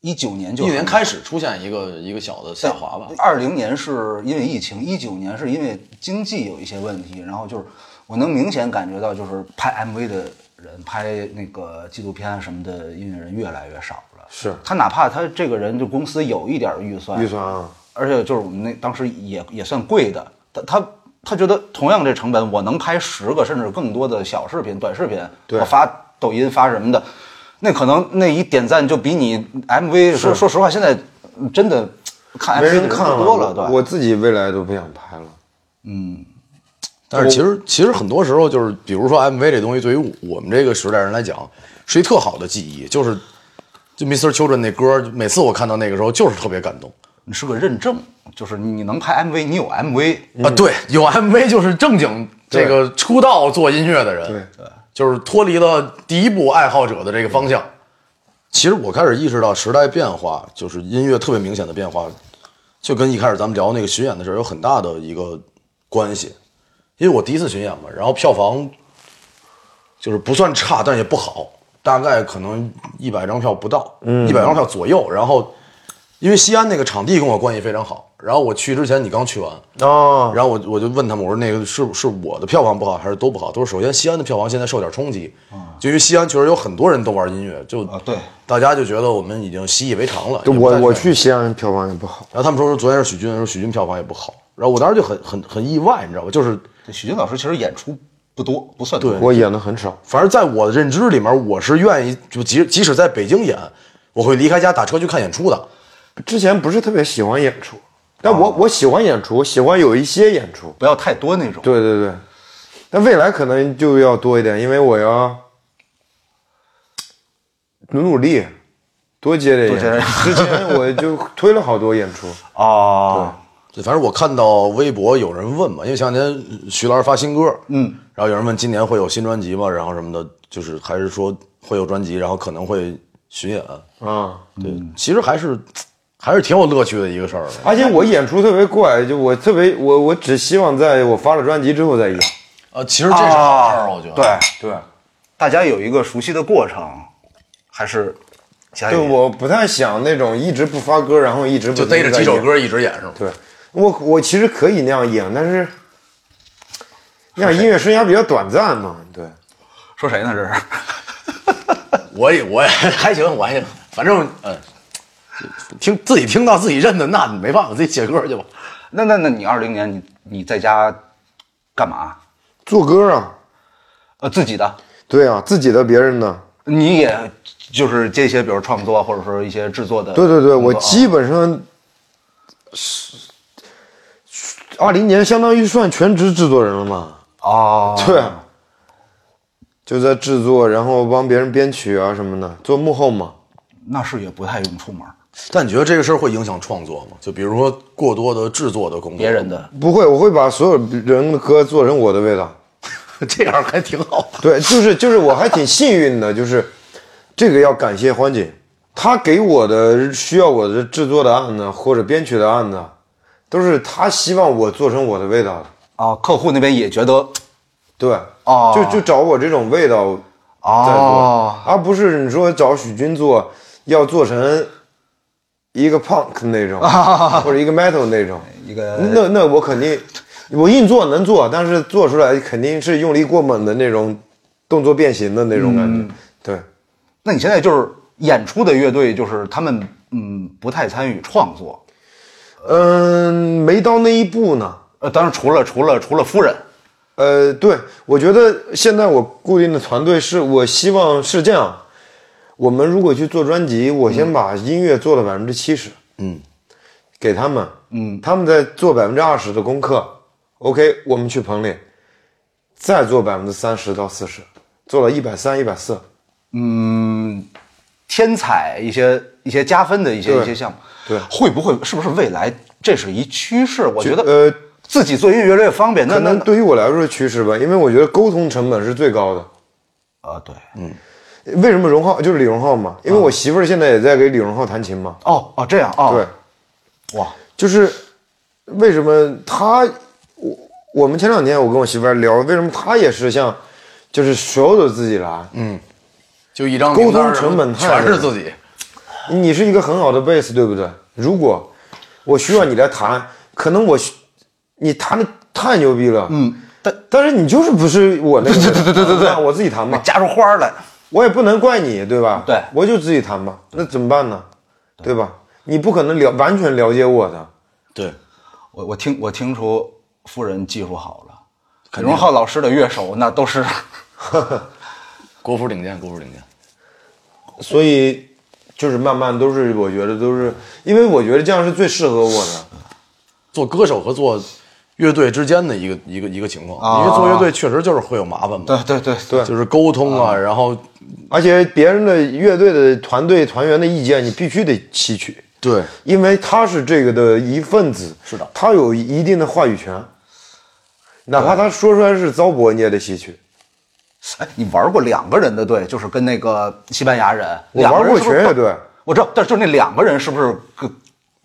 一九年就
一年
很
开始出现一个一个小的下滑吧，
二零年是因为疫情，一九年是因为经济有一些问题，然后就是我能明显感觉到，就是拍 MV 的人、拍那个纪录片啊什么的音乐人越来越少了。
是
他哪怕他这个人就公司有一点预算，
预算啊，
而且就是我们那当时也也算贵的，他他他觉得同样这成本，我能拍十个甚至更多的小视频、短视频，
对
我发抖音发什么的，那可能那一点赞就比你 MV 说说实话，现在真的看 MV
没
的
人
不
看
多了，对，
我自己未来都不想拍了。
但是其实其实很多时候就是，比如说 MV 这东西，对于我们这个时代人来讲，是一特好的记忆，就是就 Mr. Children 那歌，每次我看到那个时候就是特别感动、
你是个认证，就是你能拍 MV，你有 MV，
啊。对，有 MV 就是正经这个出道做音乐的人，
对
就是脱离了第一步爱好者的这个方向。其实我开始意识到时代变化，就是音乐特别明显的变化，就跟一开始咱们聊那个巡演的事儿有很大的一个关系。因为我第一次巡演嘛，然后票房就是不算差，但也不好，大概可能一百张票不到，一百张票左右。然后因为西安那个场地跟我关系非常好，然后我去之前你刚去完，
哦，
然后我我就问他们，我说那个是是我的票房不好还是都不好？他说首先西安的票房现在受点冲击，就因为西安确实有很多人都玩音乐，就
嗯啊对，
大家就觉得我们已经习以为常了。
就
也不
我
再
我
去
去西安票房也不好，
然后他们说说昨天是许军，说许军票房也不好，然后我当时就很很很意外，你知道吧？就是
这许军老师其实演出不多，不算
对
多。
我演的很少。
反正在我的认知里面，我是愿意就即即使在北京演，我会离开家打车去看演出的。
之前不是特别喜欢演出，但我、我喜欢演出，喜欢有一些演出。
不要太多那种。
对对对，但未来可能就要多一点，因为我要努努力，多接点演
多接点
出。之前我就推了好多演出，
哦，
对，反正我看到微博有人问嘛，因为前两天呃徐老师发新歌，嗯，然后有人问今年会有新专辑吗？然后什么的，就是还是说会有专辑，然后可能会巡演。
啊、
对，其实还是还是挺有乐趣的一个事儿。
而且我演出特别怪，就我特别我我只希望在我发了专辑之后再演。
呃，其实这是好事儿，我觉得。
对，
对，
大家有一个熟悉的过程，还是加
对，
油。
我不太想那种一直不发歌，然后一直不
就逮着
在
几首
演
歌一直演是吗？
对我，我其实可以那样演，但是那样音乐生涯比较短暂嘛。对，
说谁呢？这是。
我也我也 还行，我还行，反正嗯，听自己听到自己认的，那没办法，自己写歌去吧。
那那那你二零年你你在家干嘛？
做歌啊，
呃，自己的，
对啊，自己的、别人的，
你也就是接一些，比如创作或者说一些制作的工
对
作啊。
对对，我基本上是二零年，相当于算全职制作人了嘛。
哦，
对，啊就在制作，然后帮别人编曲啊什么的，做幕后嘛。
那是也不太用出门，
但你觉得这个事儿会影响创作吗？就比如说过多的制作的工作，
别人的
不会，我会把所有人的歌做成我的味道。
这样还挺好的。
对，就是就是，我还挺幸运的，就是这个要感谢欢姐，她给我的需要我的制作的案子或者编曲的案子，都是她希望我做成我的味道的。
啊，客户那边也觉得
对，
啊
哦
就就找我这种味道在做，
哦
而不是你说找许军做，要做成一个 punk 那种，或者一个 metal 那种，
一个
那那我肯定，我硬做能做，但是做出来肯定是用力过猛的那种，动作变形的那种感觉，对。
那你现在就是演出的乐队，就是他们嗯不太参与创作，
嗯，没到那一步呢。
呃，当然除了除了除了夫人，
呃，对，我觉得现在我固定的团队是我希望是这样，我们如果去做专辑，我先把音乐做了百分之七十，
嗯，
给他们，
嗯，
他们再做百分之二十的功课，OK，我们去棚里再做百分之三十到四十，做了一百三、一百四，
嗯，添彩一些一些加分的一些
对
一些项目，
对
会不会是不是未来这是一趋势？我觉得
呃，
自己做音乐越来越方便，那
可
那
能对于我来说是趋势吧，因为我觉得沟通成本是最高的。
啊对，
为什么荣浩就是李荣浩嘛？因为我媳妇儿现在也在给李荣浩弹琴嘛。
哦哦这样哦，
对，
哇，
就是为什么他我我们前两天我跟我媳妇儿聊，为什么他也是像就是所有的自己来，嗯，
就一张
沟
名单
通
儿
成本太
全
高
是
了
自己，
你是一个很好的贝斯，对不对？如果我需要你来弹，可能我需你弹的太牛逼了，嗯，但但是你就是不是我那个，对对对对对对，我自己弹吧，
加出花儿来，
我也不能怪你，对吧？
对
我就自己弹吧，那怎么办呢？对吧？你不可能了完全了解我的，
对，
我我听我听出夫人技术好了，李荣浩老师的乐手那都是。
国服顶尖，国服顶尖。
所以就是慢慢都是，我觉得都是，因为我觉得这样是最适合我的。
做歌手和做乐队之间的一个一个一个情况，因为做乐队确实就是会有麻烦嘛，
对对对对，
对
就是沟通啊，然后
而且别人的乐队的团队团员的意见，你必须得吸取，
对
因为他是这个的一份子，
是的
他有一定的话语权，哪怕他说出来是糟粕，你也得吸取。
哎，你玩过两个人的队，就是跟那个西班牙人，
我
两个
玩
人
过
是不
全
是
乐
更，
队，
我知道，但是就那两个人是不是更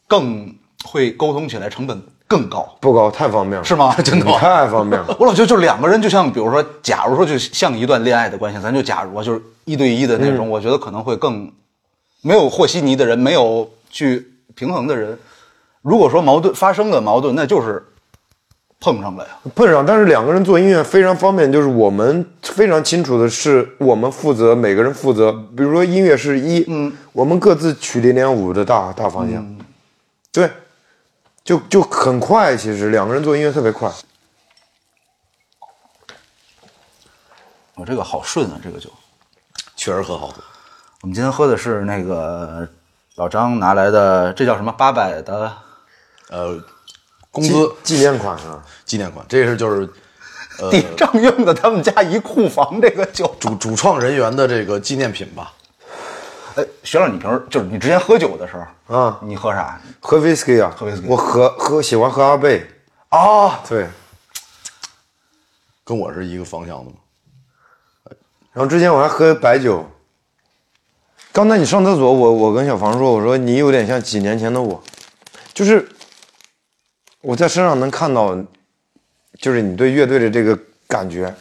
更会沟通起来，成本更高，
不高，太方便了，
是吗？
真的
你太方便了。
我老觉得就两个人，就像比如说，假如说就像一段恋爱的关系，咱就假如啊，就是一对一的那种，我觉得可能会更没有和稀泥的人，没有去平衡的人。如果说矛盾发生了矛盾，那就是碰上了呀。
碰上，但是两个人做音乐非常方便，就是我们非常清楚的是，我们负责每个人负责，比如说音乐是一，嗯，我们各自取零点五的大大方向，对，就就很快，其实两个人做音乐特别快，
我这个好顺啊，这个酒。
确实很好喝。
我们今天喝的是那个老张拿来的，这叫什么八百的？
呃，工资
纪念款啊，
纪念款，这是就是
抵账用的，他们家一库房这个酒。
主主创人员的这个纪念品吧。
哎，徐老，你平时就是你之前喝酒的时候
啊
你喝啥？
喝 whisky 啊，
喝 whisky
我喝喝喜欢喝阿贝，
哦，
对，
跟我是一个方向的嘛，
然后之前我还喝白酒。刚才你上厕所，我我跟小房说，我说你有点像几年前的我，就是我在身上能看到，就是你对乐队的这个感觉。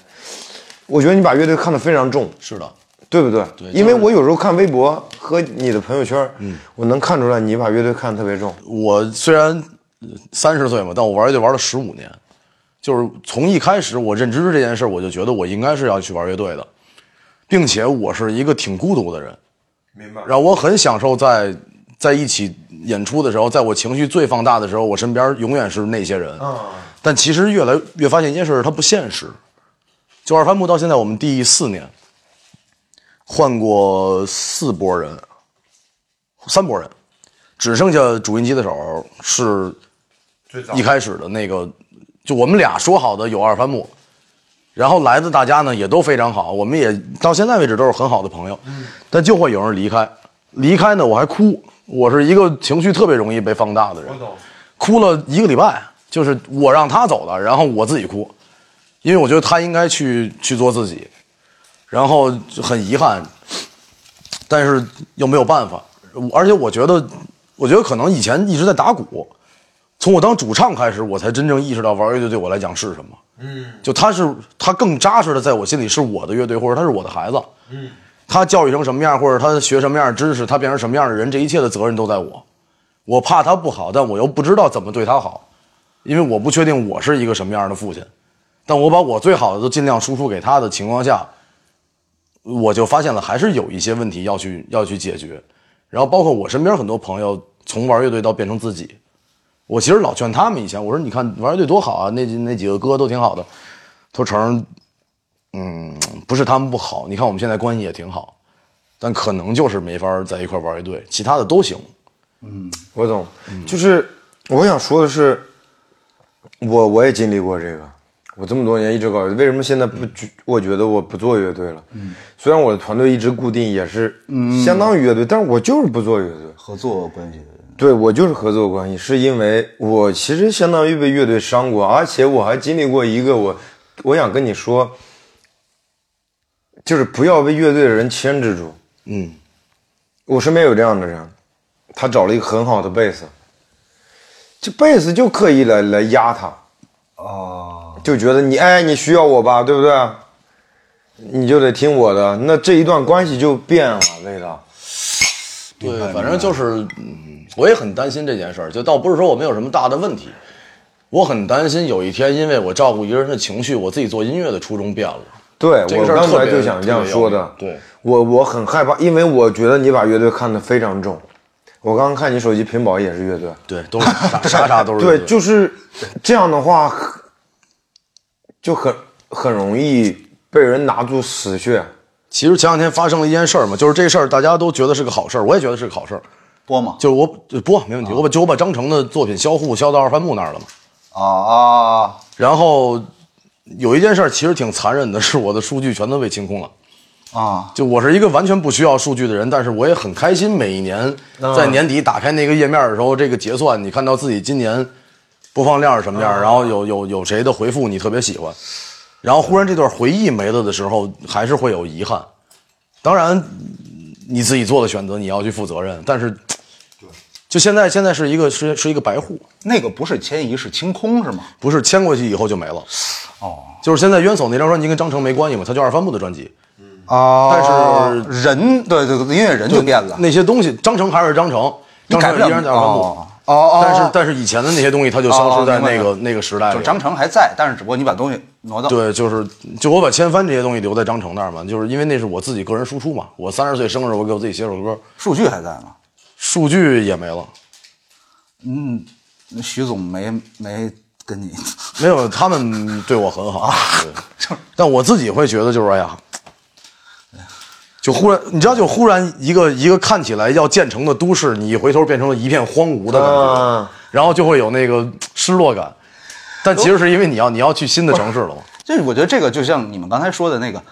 我觉得你把乐队看得非常重，
是的，
对不对？
对
因为我有时候看微博和你的朋友圈，我能看出来你把乐队看得特别重。
我虽然三十岁嘛，但我玩乐队玩了十五年，就是从一开始我认知这件事儿，我就觉得我应该是要去玩乐队的，并且我是一个挺孤独的人，明白？然后我很享受在嗯在一起演出的时候，在我情绪最放大的时候，我身边永远是那些人。但但其实越来越发现一件事，它不现实。就二番木到现在我们第四年，换过四波人，三波人，只剩下主音吉他手是一开始的那个，就我们俩说好的有二番木，然后来的大家呢也都非常好，我们也到现在为止都是很好的朋友，但就会有人离开，离开呢我还哭，我是一个情绪特别容易被放大的人，哭了一个礼拜，就是我让他走了，然后我自己哭，因为我觉得他应该去去做自己，然后就很遗憾，但是又没有办法，而且我觉得，我觉得可能以前一直在打鼓，从我当主唱开始，我才真正意识到玩乐队对我来讲是什么。嗯，就他是他更扎实的在我心里是我的乐队，或者他是我的孩子。嗯，他教育成什么样，或者他学什么样的知识，他变成什么样的人，这一切的责任都在我。我怕他不好，但我又不知道怎么对他好，因为我不确定我是一个什么样的父亲。但我把我最好的都尽量输出给他的情况下，我就发现了还是有一些问题要去要去解决。然后包括我身边很多朋友，从玩乐队到变成自己，我其实老劝他们以前，我说你看玩乐队多好啊，那那几个歌都挺好的。他说成儿，嗯，不是他们不好，你看我们现在关系也挺好，但可能就是没法在一块玩乐队，其他的都行。
我懂，就是我想说的是，我我也经历过这个，我这么多年一直搞，为什么现在不觉？我觉得我不做乐队了。虽然我的团队一直固定，也是相当于乐队，但是我就是不做乐队。
合作关系的人，
对我就是合作关系，是因为我其实相当于被乐队伤过，而且我还经历过一个我，我想跟你说，就是不要被乐队的人牵制住。
嗯，
我身边有这样的人，他找了一个很好的贝斯，这贝斯就刻意来来压他，哦，就觉得你哎你需要我吧，对不对？你就得听我的，那这一段关系就变了，味道。
对，反正就是，嗯，我也很担心这件事儿。就倒不是说我们有什么大的问题，我很担心有一天，因为我照顾一个人的情绪，我自己做音乐的初衷变了。
对
这个
我
事儿
刚
特
才
别
就想这样说的
特，别有对
我我很害怕，因为我觉得你把乐队看得非常重。我刚刚看你手机屏保也是乐队，
对，都是啥啥啥 都是
对，就是这样的话，很就很很容易被人拿住死穴。
其实前两天发生了一件事儿嘛，就是这事儿大家都觉得是个好事儿，我也觉得是个好事儿。
播吗？
就是我播没问
啊
题，我把就我把张成的作品销户销到二番木那儿了嘛。
啊啊，
然后有一件事儿其实挺残忍的，是我的数据全都被清空了。
啊，
就我是一个完全不需要数据的人，但是我也很开心。每一年在年底打开那个页面的时候，这个结算，你看到自己今年播放量是什么样，然后有有有谁的回复你特别喜欢，然后忽然这段回忆没了的时候，还是会有遗憾。当然，你自己做的选择你要去负责任，但是，就现在现在是一个是是一个白户，
那个不是迁移，是清空是吗？
不是签过去以后就没了。
哦，
就是现在冤手那张专辑跟张成没关系嘛，它叫二番木的专辑。
啊
但
是人，对对对，音乐人就变了，
那些东西，张成还是张成，
你
张
改
成
不
依
了
然在二番木。
哦哦哦，
但是但是以前的那些东西，它就消失在那个、
哦明白
那个时代里
就
了。
张成还在，但是只不过你把东西挪到
对，就是就我把千帆这些东西留在张成那儿嘛，就是因为那是我自己个人输出嘛。我三十岁生日，我给我自己写首歌，
数据还在吗？
数据也没了。
嗯，那徐总没没跟你，
没有，他们对我很好，对但我自己会觉得就是哎呀，就忽然你知道，就忽然一个一个看起来要建成的都市，你一回头变成了一片荒芜的感觉，
啊
然后就会有那个失落感。但其实是因为你要你要去新的城市了嘛。
这我觉得这个就像你们刚才说的那个，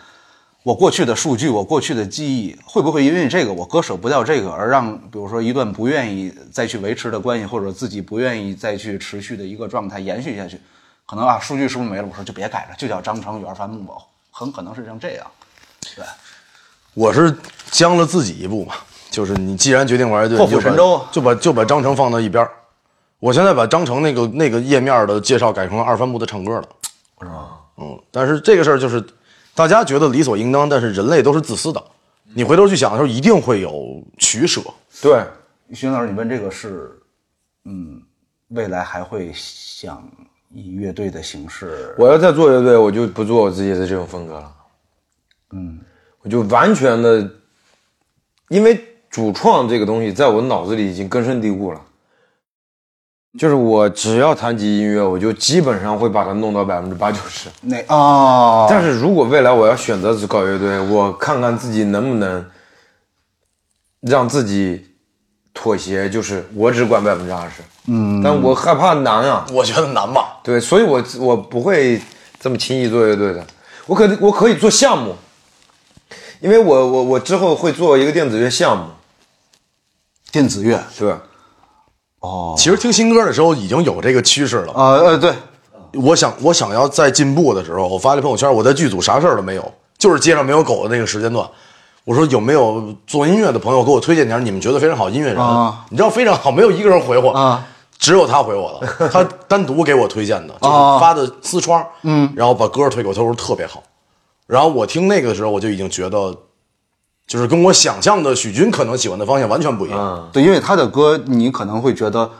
我过去的数据，我过去的记忆，会不会因为这个我割舍不掉这个，而让比如说一段不愿意再去维持的关系，或者自己不愿意再去持续的一个状态延续下去，可能啊，数据是不是没了？我说就别改了，就叫张成宇二番木偶，很可能是像这样。
我是将了自己一步嘛，就是你既然决定玩乐队，
破釜
你就把
沉舟啊
就把就把张成放到一边儿我现在把张成那个那个页面的介绍改成了二番木的唱歌了，
啊
嗯，但是这个事儿就是大家觉得理所应当，但是人类都是自私的。你回头去想的时候，一定会有取舍。
哦
对，
徐老师，你问这个是，嗯，未来还会想以乐队的形式？
我要再做乐队，我就不做我自己的这种风格了。嗯，我就完全的，因为主创这个东西在我脑子里已经根深蒂固了。就是我只要弹及音乐，我就基本上会把它弄到百分之八九十。
那哦，
但是如果未来我要选择只搞乐队，我看看自己能不能让自己妥协，就是我只管百分之二十。嗯，但我害怕难啊，
我觉得难吧。
对，所以我我不会这么轻易做乐队的。我可我可以做项目，因为我我我之后会做一个电子乐项目，
电子乐，
对，
其实听新歌的时候已经有这个趋势了。
呃呃，对，
我想我想要再进步的时候，我发了朋友圈，我在剧组啥事儿都没有，就是街上没有狗的那个时间段。我说有没有做音乐的朋友给我推荐点你们觉得非常好的音乐人？
啊
你知道非常好，没有一个人回我
啊，
只有他回我 了。他单独给我推荐的，就是
啊
发的私窗，嗯，然后把歌推给我，他说特别好。然后我听那个的时候，我就已经觉得，就是跟我想象的许军可能喜欢的方向完全不一样。
对，因为他的歌你可能会觉得，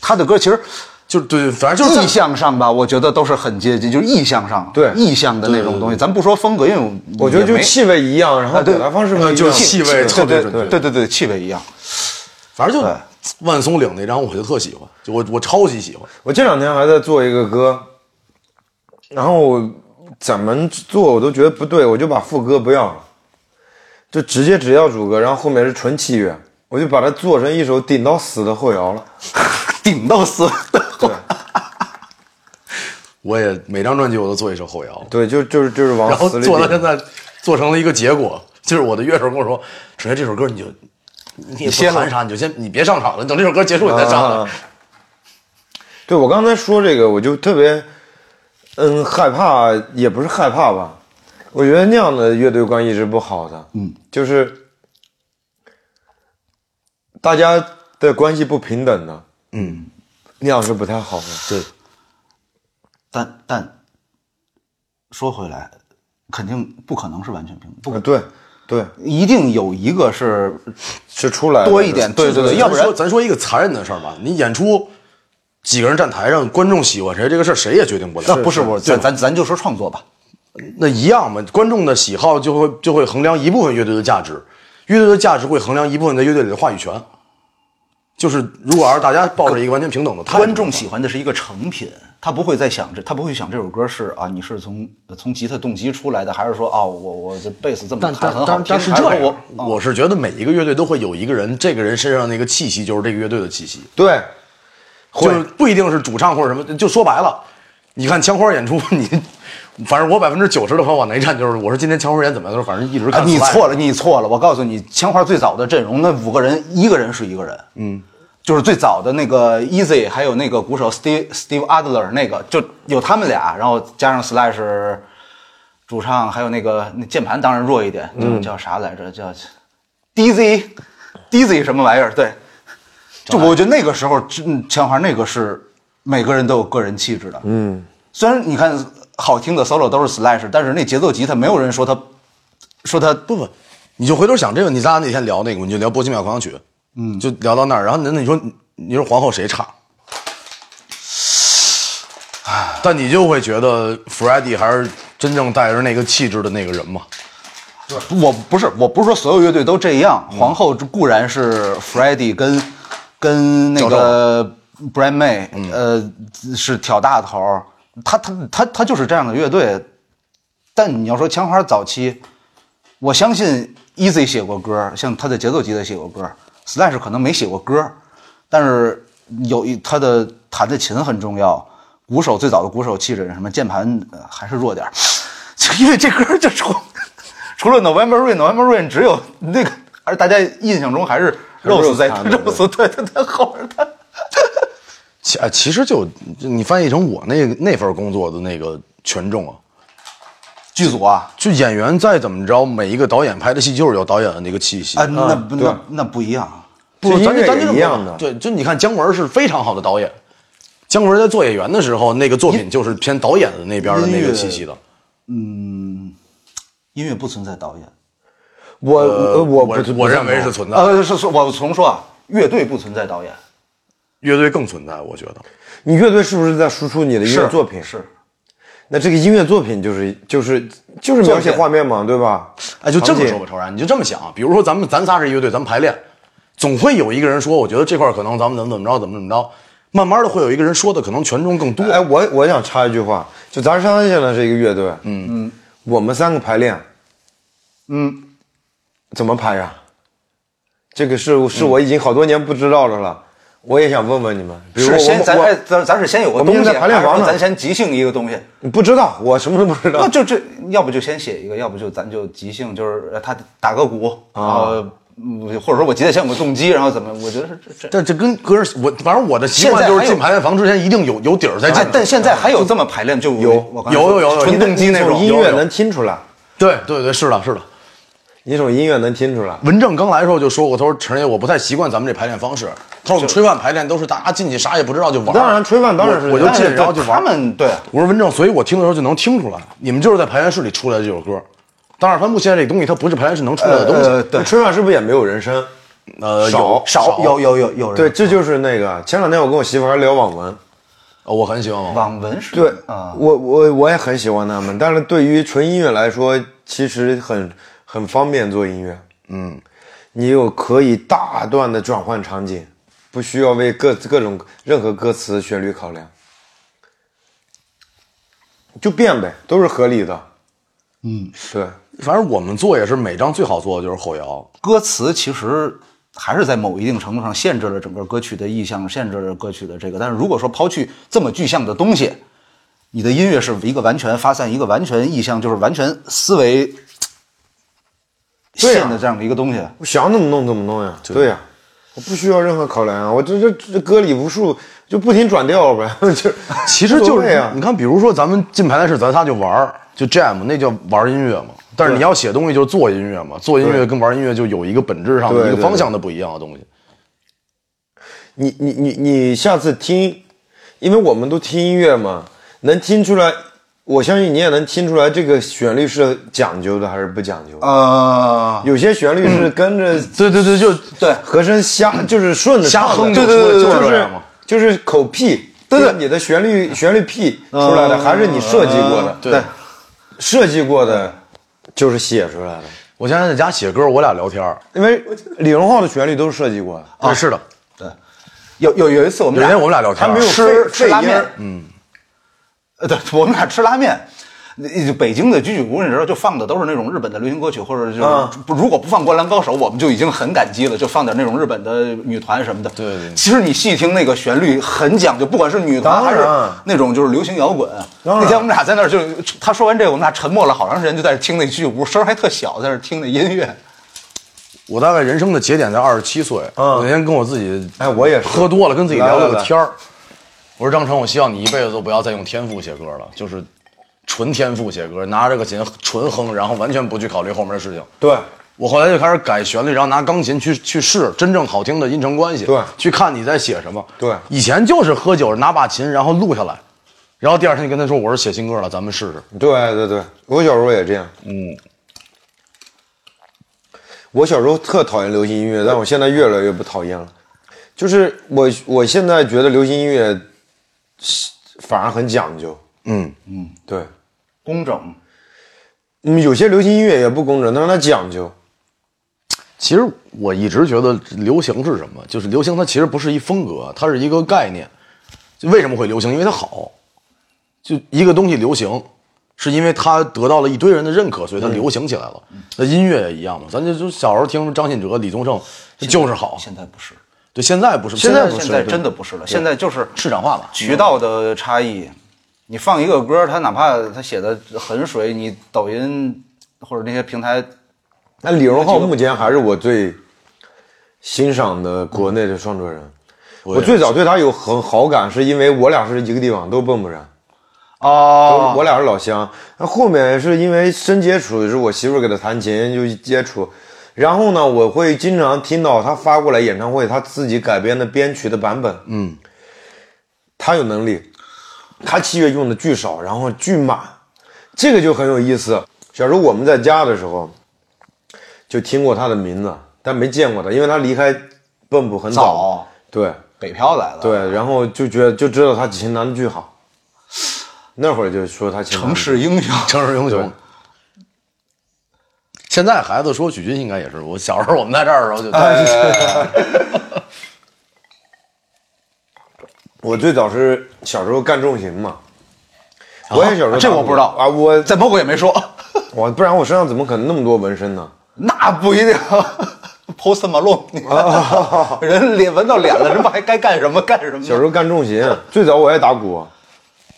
他的歌其实
就对，反正就是
意向上吧，我觉得都是很接近，就是意向上，
对
意向的那种东西。咱不说风格，因为我
我觉得
嗯也
就
没
气味一样，然后
啊对
表达方式不一
呃
样，
就是气味特别
对
准
对
确，
对对对，气味一样。
反正就
对
万松岭那张我就特喜欢，就我我超级喜欢。
我这两天还在做一个歌，然后怎么做我都觉得不对，我就把副歌不要了，就直接只要主歌，然后后面是纯器乐，我就把它做成一首顶到死的后摇了。
顶到死，
对
我也每张专辑我都做一首后摇，
哦
对，就就是就是往
然后
死里
做到现
顶。
在做成了一个结果，就是我的乐手跟我说：“首先这首歌你就你也不
先
弹啥，你就先你别上场了，你等这首歌结束你再上来。
啊对我刚才说这个，我就特别嗯害怕，也不是害怕吧，我觉得那样的乐队观一直不好的，嗯，就是大家的关系不平等的。
嗯，
那样是不太好的。
对，
但但说回来，肯定不可能是完全平等，
啊，对，对，
不一定有一个是
是出来的
多一点，对对对，
咱
要不然
说咱说一个残忍的事儿吧，你演出几个人站台上，观众喜欢谁这个事儿谁也决定不了。
那啊不是不是，
对
咱咱咱就说创作吧，
那一样嘛，观众的喜好就会就会衡量一部分乐队的价值，乐队的价值会衡量一部分在乐队里的话语权。就是如果要是大家抱着一个完全平等的态度，
观众喜欢的是一个成品，他不会再想这，他不会想这首歌是啊，你是从呃从吉他动机出来的，还是说哦，我我这贝斯这么弹
但但
很好
但
听，
但是
还
这
说哦
样，
我
我我是觉得每一个乐队都会有一个人，这个人身上那个气息就是这个乐队的气息，
对，会
就是不一定是主唱或者什么，就说白了，你看枪花演出， 你反正我百分之九十的话往哪一站就是我说今天枪花演怎么样，他说反正一直
啊
看、
你错
了，
了，你错了，我告诉你，枪花最早的阵容那五个人，一个人是一个人，嗯。就是最早的那个 Easy，还有那个鼓手 Steve Steve Adler，那个就有他们俩，然后加上 Slash 主唱，还有那个那键盘当然弱一点，嗯、叫啥来着？叫 DZ DZ 什么玩意儿？对，就我觉得那个时候，嗯枪花那个是每个人都有个人气质的。嗯，虽然你看好听的 solo 都是 Slash，但是那节奏吉他没有人说他说他
不不，你就回头想这个，你咱俩那天聊那个，你就聊《波西米亚狂想曲》，嗯，就聊到那儿，然后那那你说你你说皇后谁差？但你就会觉得 Freddy 还是真正带着那个气质的那个人嘛？
我不是，我不是说所有乐队都这样。皇后固然是 Freddie 跟跟那个 Brian May，、呃，是挑大头儿，他他他他就是这样的乐队。但你要说枪花早期，我相信 Easy 写过歌，像他的节奏级的写过歌，Slash 可能没写过歌，但是有一他的弹的琴很重要，鼓手最早的鼓手气质，什么键盘呃还是弱点儿， 就因为这歌就除除了 November Rain，November Rain 只有那个，而大家印象中还是 Rose 在
Rose 弹的
Rose 对他他后边他
其啊，其实就就你翻译成我那那份工作的那个权重啊，
剧组啊
就演员再怎么着，每一个导演拍的戏就是有导演的那个气息
啊，那不
对
那那不一样，
不，
其实
咱
音乐
咱
也
这么
一样的
说吧对，就你看姜文是非常好的导演，姜文在做演员的时候，那个作品就是偏导演的那边的那
音
个
乐
气息的。
音乐不存在导演。
我
呃
我我
我
不
我认为
不
是
赞同啊
存在，
呃，是是，我重说啊，乐队不存在导演，
乐队更存在，我觉得。
你乐队是不是在输出你的音乐作品？
是。
那这个音乐作品就是就是就是描写画面嘛，对吧？
哎，就这
场
么
景
说吧，超然，你就这么想，啊比如说咱们咱仨是一乐队，咱们排练，总会有一个人说，我觉得这块儿可能咱们怎么怎么着，怎么怎么着，慢慢的会有一个人说的可能权重更多。
哎，我我想插一句话，就咱仨现在是一个乐队，嗯嗯，我们三个排练
嗯，
怎么排呀？这个是是我已经好多年不知道的了，我也想问问你们，比如
是
我
先咱哎
我
咱咱是先有个
我
东
们
西，
现在排练
还
房
是
呢
说咱先即兴一个东西。
我不知道，我什么都不知
那
道。
就这，要不就先写一个，要不就咱就即兴，就是呃他打个鼓，然
啊
后嗯或者说我吉他先有个动机，然后怎么？我觉得是这这。
但这跟歌儿，我反正我的习
现
惯
在还
就
有
是进排练房之前一定有有底儿再进
哎，。但现在还有这么排练，就有我刚才
有
说
有有有
纯动机那种
你从音
有
乐
有
能听出来，
对对对，是的，是的。
你从音乐能听出来。
文正刚来的时候就说过，他说陈爷我不太习惯咱们这排练方式，他说我们吃饭排练都是大家进去啥也不知道就玩儿。
当然吃饭当然是
我我就
但
进，
是
然后就玩
他
儿。
们对
我说文正，所以我听的时候就能听出来，你们就是在排练室里出来的这首歌。当然，帆布现在这东西它不是排练室能出来的东西。
呃对
吃饭是不是也没有人声？
呃，
少
有
少有有有有人
对，这就是那个前两天我跟我媳妇还聊网文，
哦我很喜欢
网文是
对
啊，
我我我也很喜欢他们，但是对于纯音乐来说，其实很很方便做音乐。嗯，你有可以大段的转换场景，不需要为各各种任何歌词旋律考量，就变呗，都是合理的。嗯，对，
反正我们做也是每张最好做的就是后摇，
歌词其实还是在某一定程度上限制了整个歌曲的意象，限制了歌曲的这个。但是如果说抛去这么具象的东西，你的音乐是一个完全发散、一个完全意象，就是完全思维
对啊
线的这样的一个东西。
我想怎么弄怎么弄呀。对呀、我不需要任何考量啊，我这这这歌里无数就不停转调呗， 就
其实就
无所谓
是
啊
你看，比如说咱们进排练室，咱仨就玩儿，就 jam，那叫玩音乐嘛。但是你要写东西就是做音乐嘛，做音乐跟玩音乐就有一个本质上的
对
一个
对
方向的不一样的东西。
你你你你下次听，因为我们都听音乐嘛，能听出来，我相信你也能听出来这个旋律是讲究的还是不讲究的。
呃，
有些旋律是跟着
嗯对对对，就
对，
和声瞎，就是顺着
瞎
唱的
哼
对
就
对
出来就是
对对，就
这
是
样嘛
就是口癖，对对，你的旋律旋律癖出来的，还是你设计过的，
嗯对。
设计过的就是写出来的。
我现在在家写歌，我俩聊天儿。
因为李荣浩的旋律都是设计过的，
啊，是的，
有有有一次我们
有一
俩
天我们俩聊天
他
儿，
没有
吃
费
吃拉
费音
面
儿，
嗯，呃，对，我们俩吃拉面。那北京的居酒屋那时候就放的都是那种日本的流行歌曲，或者就是、不如果不放《灌篮高手》，我们就已经很感激了，就放点那种日本的女团什么的。
对对
其实你细听那个旋律很讲究，不管是女团
当
还
然
是那种就是流行摇滚。啊
当然
那天我们俩在那儿就他说完这个，我们俩沉默了好长时间，就在听那居酒屋，声儿还特小，在那儿听那音乐。
我大概人生的节点在二十七岁。
嗯
我那天跟我自己，
哎我也是
喝多了，跟自己聊了
来来
个
来
天儿。我说张成，我希望你一辈子都不要再用天赋写歌了，就是纯天赋写歌，拿着个琴纯哼，然后完全不去考虑后面的事情。
对，
我后来就开始改旋律，然后拿钢琴去去试真正好听的音程关系，
对
去看你在写什么。
对
以前就是喝酒拿把琴，然后录下来，然后第二天就跟他说我是写新歌了，咱们试试。
对对对，我小时候也这样。嗯，我小时候特讨厌流行音乐，但我现在越来越不讨厌了。就是我我现在觉得流行音乐是反而很讲究。
嗯，
对，
工整，
嗯，有些流行音乐也不工整，但是它讲究。
其实我一直觉得流行是什么，就是流行它其实不是一风格，它是一个概念。就为什么会流行？因为它好。就一个东西流行，是因为它得到了一堆人的认可，所以它流行起来了。那音乐也一样嘛，咱就就小时候听张信哲、李宗盛就是好。
现在不是，
对，现在不是，
现
在
现在真
的
的不是了，现在就是
市场化了。
渠道的差异。你放一个歌，他哪怕他写的很水，你抖音或者那些平台，
那李荣浩目前还是我最欣赏的国内的创作人。我最早对他有很好感，是因为我俩是一个地方，都奔不人。
哦，
我俩是老乡。那后面是因为深接触，是我媳妇儿给他弹琴就接触，然后呢，我会经常听到他发过来演唱会他自己改编的编曲的版本。嗯，他有能力，他器乐用的巨少，然后巨满，这个就很有意思。小时候我们在家的时候，就听过他的名字，但没见过他，因为他离开蚌埠很
早
对，
北漂来了，，
对，然后就觉得就知道他琴弹的巨好，那会儿就说他琴弹
城
得
市英雄，
城市英
对
雄。现在孩子说许军应该也是，我小时候我们在这儿的时候就，
我最早是小时候干重刑嘛，我也小时候
这
打
我
鼓
不知道
啊，我
在蒙古也没说，
我不然我身上怎么可能那么多纹身呢？
那不一定。Post Malone，你看人脸闻到脸了，人把还该干什么干什么。
小时候干重刑，最早我爱打鼓，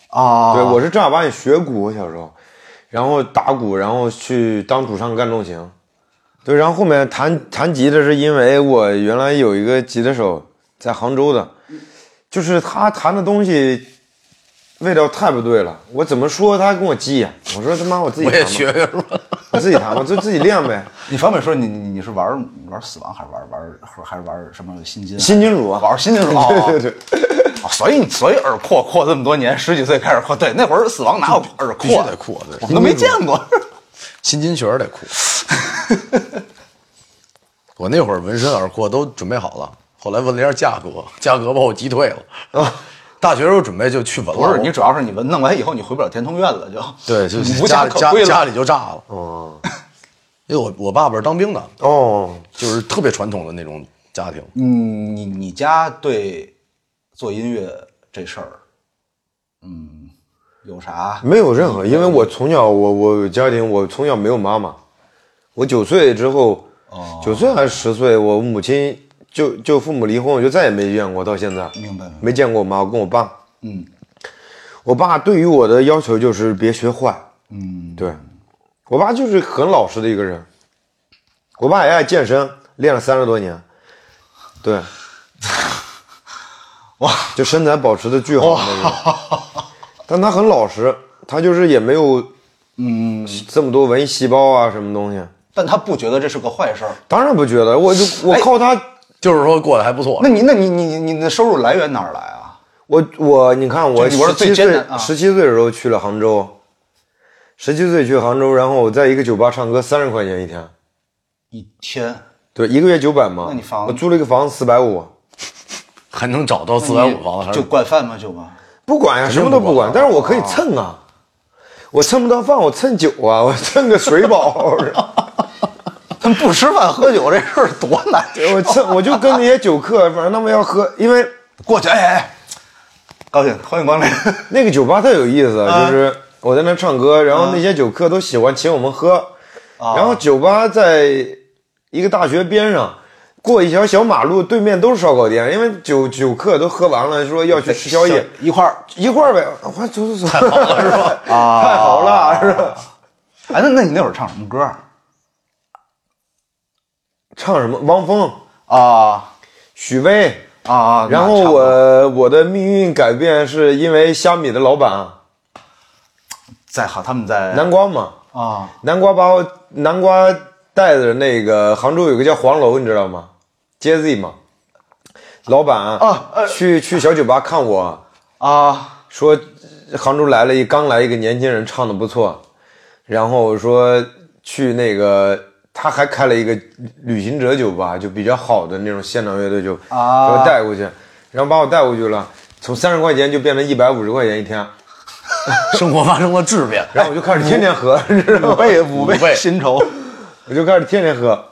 啊，
对我是正儿八经学鼓，我小时候，然后打鼓，然后去当主唱干重型，对，然后后面弹弹吉他是因为我原来有一个吉他手在杭州的，就是他弹的东西味道太不对了，我怎么说他跟我急眼，我说他妈我自 己
我
弹
也
吧
学学是吧？
我自己弹，我就自己练呗。
你方便说你你你是玩玩死亡还是玩玩还是玩什么新金啊？
新金属啊，
玩新金属，对
对对
哦所以所以耳廓扩这么多年，十几岁开始扩，对，那会儿死亡哪有耳
必须
廓啊
得扩对
我们都没见过。
新金学得酷。 我那会儿纹身耳廓都准备好了，后来问了一下价格，价格把我击退了。啊，大学时候准备就去纹了。
不是
我
你，主要是你们弄完以后你回不了天通苑了，就
对，就
无
家
家
里
可
家
归
家
了。
里就炸了。因为我我爸爸是当兵的，
哦，
就是特别传统的那种家庭。
嗯，你你家对做音乐这事儿，嗯，有啥？
没有任何，因为我从小我我家庭我从小没有妈妈，我九岁之后，九、岁还是十岁，我母亲就就父母离婚，我就再也没见过，到现在
明白，明白
没见过我妈，我跟我爸，
嗯
我爸对于我的要求就是别学坏，
嗯，
对我爸就是很老实的一个人，我爸也爱健身，练了三十多年，对，
哇，
就身材保持的巨好那种，但他很老实，他就是也没有。
嗯，
这么多文艺细胞啊，什么东西？
但他不觉得这是个坏事儿。
当然不觉得，我就
哎
我靠他，
就是说过得还不错
那。你那你你你你的收入来源哪儿来啊？
我我你看我
就你
十
玩得最
七
艰
岁
难啊
十七岁的时候去了杭州，十七岁去杭州，然后我在一个酒吧唱歌，三十块钱一天，
一天
对，一个月九百嘛。
那你房
我租了一个房四百五，
还能找到四百五房，还是
就管饭吗？就吗？
不管呀、什么都不管，但是我可以蹭啊，我蹭不到饭，我蹭酒啊，我蹭个水饱，
他们不吃饭喝酒这事儿多难受。
我蹭我就跟那些酒客，反正他们要喝，因为。
过去，哎哎，高兴，欢迎光 临。
那个酒吧特有意思，啊就是我在那唱歌，然后那些酒客都喜欢请我们喝，然后酒吧在一个大学边上。过一条小马路，对面都是烧烤店，因为酒酒客都喝完了，说要去吃宵夜，
一块儿。
一块儿呗。我说走走走，太好了是吧？ 啊太好
啊
了是吧？
哎，那那你那会儿唱什么歌啊
唱什么？汪峰、
啊
许巍，
啊？
然后我我的命运改变是因为虾米的老板啊
在好，他们在
南瓜嘛，
啊，
南瓜把我南瓜带着那个杭州有个叫黄楼，你知道吗？Jay Z 嘛，老板
啊呃
去去小酒吧看我，
啊
说杭州来了一刚来一个年轻人唱的不错，然后说去那个他还开了一个旅行者酒吧，就比较好的那种现场乐队酒，
啊
说带过去，然后把我带过去了，从三十块钱就变成一百五十块钱一天，
生活发生了质变。
然后我就开始天天喝，你知道
哎五
吗？
倍五
五倍
倍薪酬
我就开始天天喝。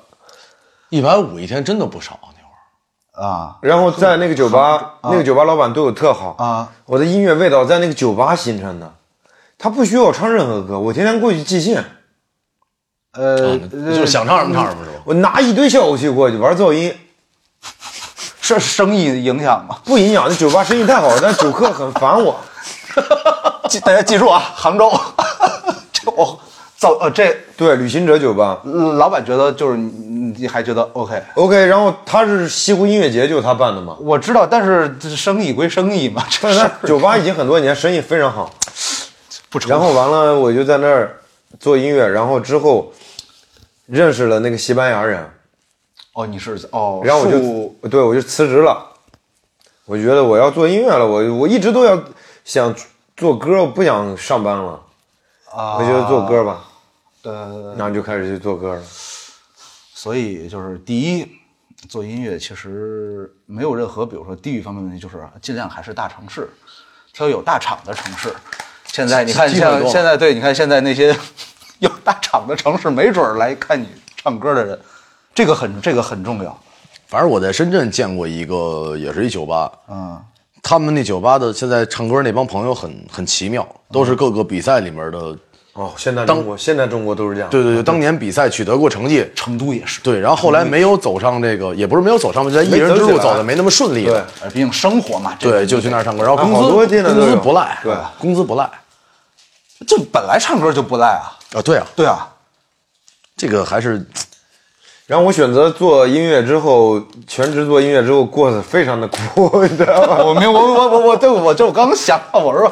一百五一天真的不少，那会儿
啊
然后在那个酒吧，那个酒吧老板对我特好
啊，
我的音乐味道在那个酒吧形成的，他不需要我唱任何歌，我天天过去即兴，
呃，
嗯
就是想唱什么唱什么，是吧？
我拿一堆效果器过去玩噪音，
是生意影响吗？
不影响。那酒吧生意太好了，但酒客很烦我。
记 大家记住啊，杭州， 这我造呃这
对，旅行者酒吧
老板觉得就是你，你还觉得 OK。
，OK。然后他是西湖音乐节，就是他办的嘛。
我知道，但是这生意归生意嘛，这
但是
事
他
儿
酒吧已经很多年生意非常好，
不 成。
然后完了我就在那儿做音乐，然后之后认识了那个西班牙人，
哦，你是哦，
然后我
树
就对我就辞职了。我觉得我要做音乐了，我我一直都要想做歌，我不想上班了，
啊，
我觉得做歌吧，
呃，
然后就开始去做歌了。
所以就是第一，做音乐其实没有任何，比如说地域方面的问题，就是尽量还是大城市，挑有大厂的城市。现在你看，
机会多
像
嘛
现在对，你看现在那些 有大厂的城市，没准儿来看你唱歌的人，这个很这个很重要。
反正我在深圳见过一个，也是一酒吧，
嗯，
他们那酒吧的现在唱歌那帮朋友很很奇妙，都是各个比赛里面的，
哦，现在中国现在中国都是这样。
对对对，当年比赛取得过成绩，
成都也是，
对，然后后来没有走上这个，也不是没有走上，就在艺人之
没
路
走起来
走的没那么顺利了，
呃毕竟生活嘛，这
对，就去那儿唱歌，然后工
好
资
多现在都
工资
有
不赖，啊
对，
工资不赖
就本来唱歌就不赖啊，
啊，对啊，
对啊，
这个还是
然后我选择做音乐之后，全职做音乐之后，过得非常的苦， 你知道吗？
我明我我我我对我这我刚想到我说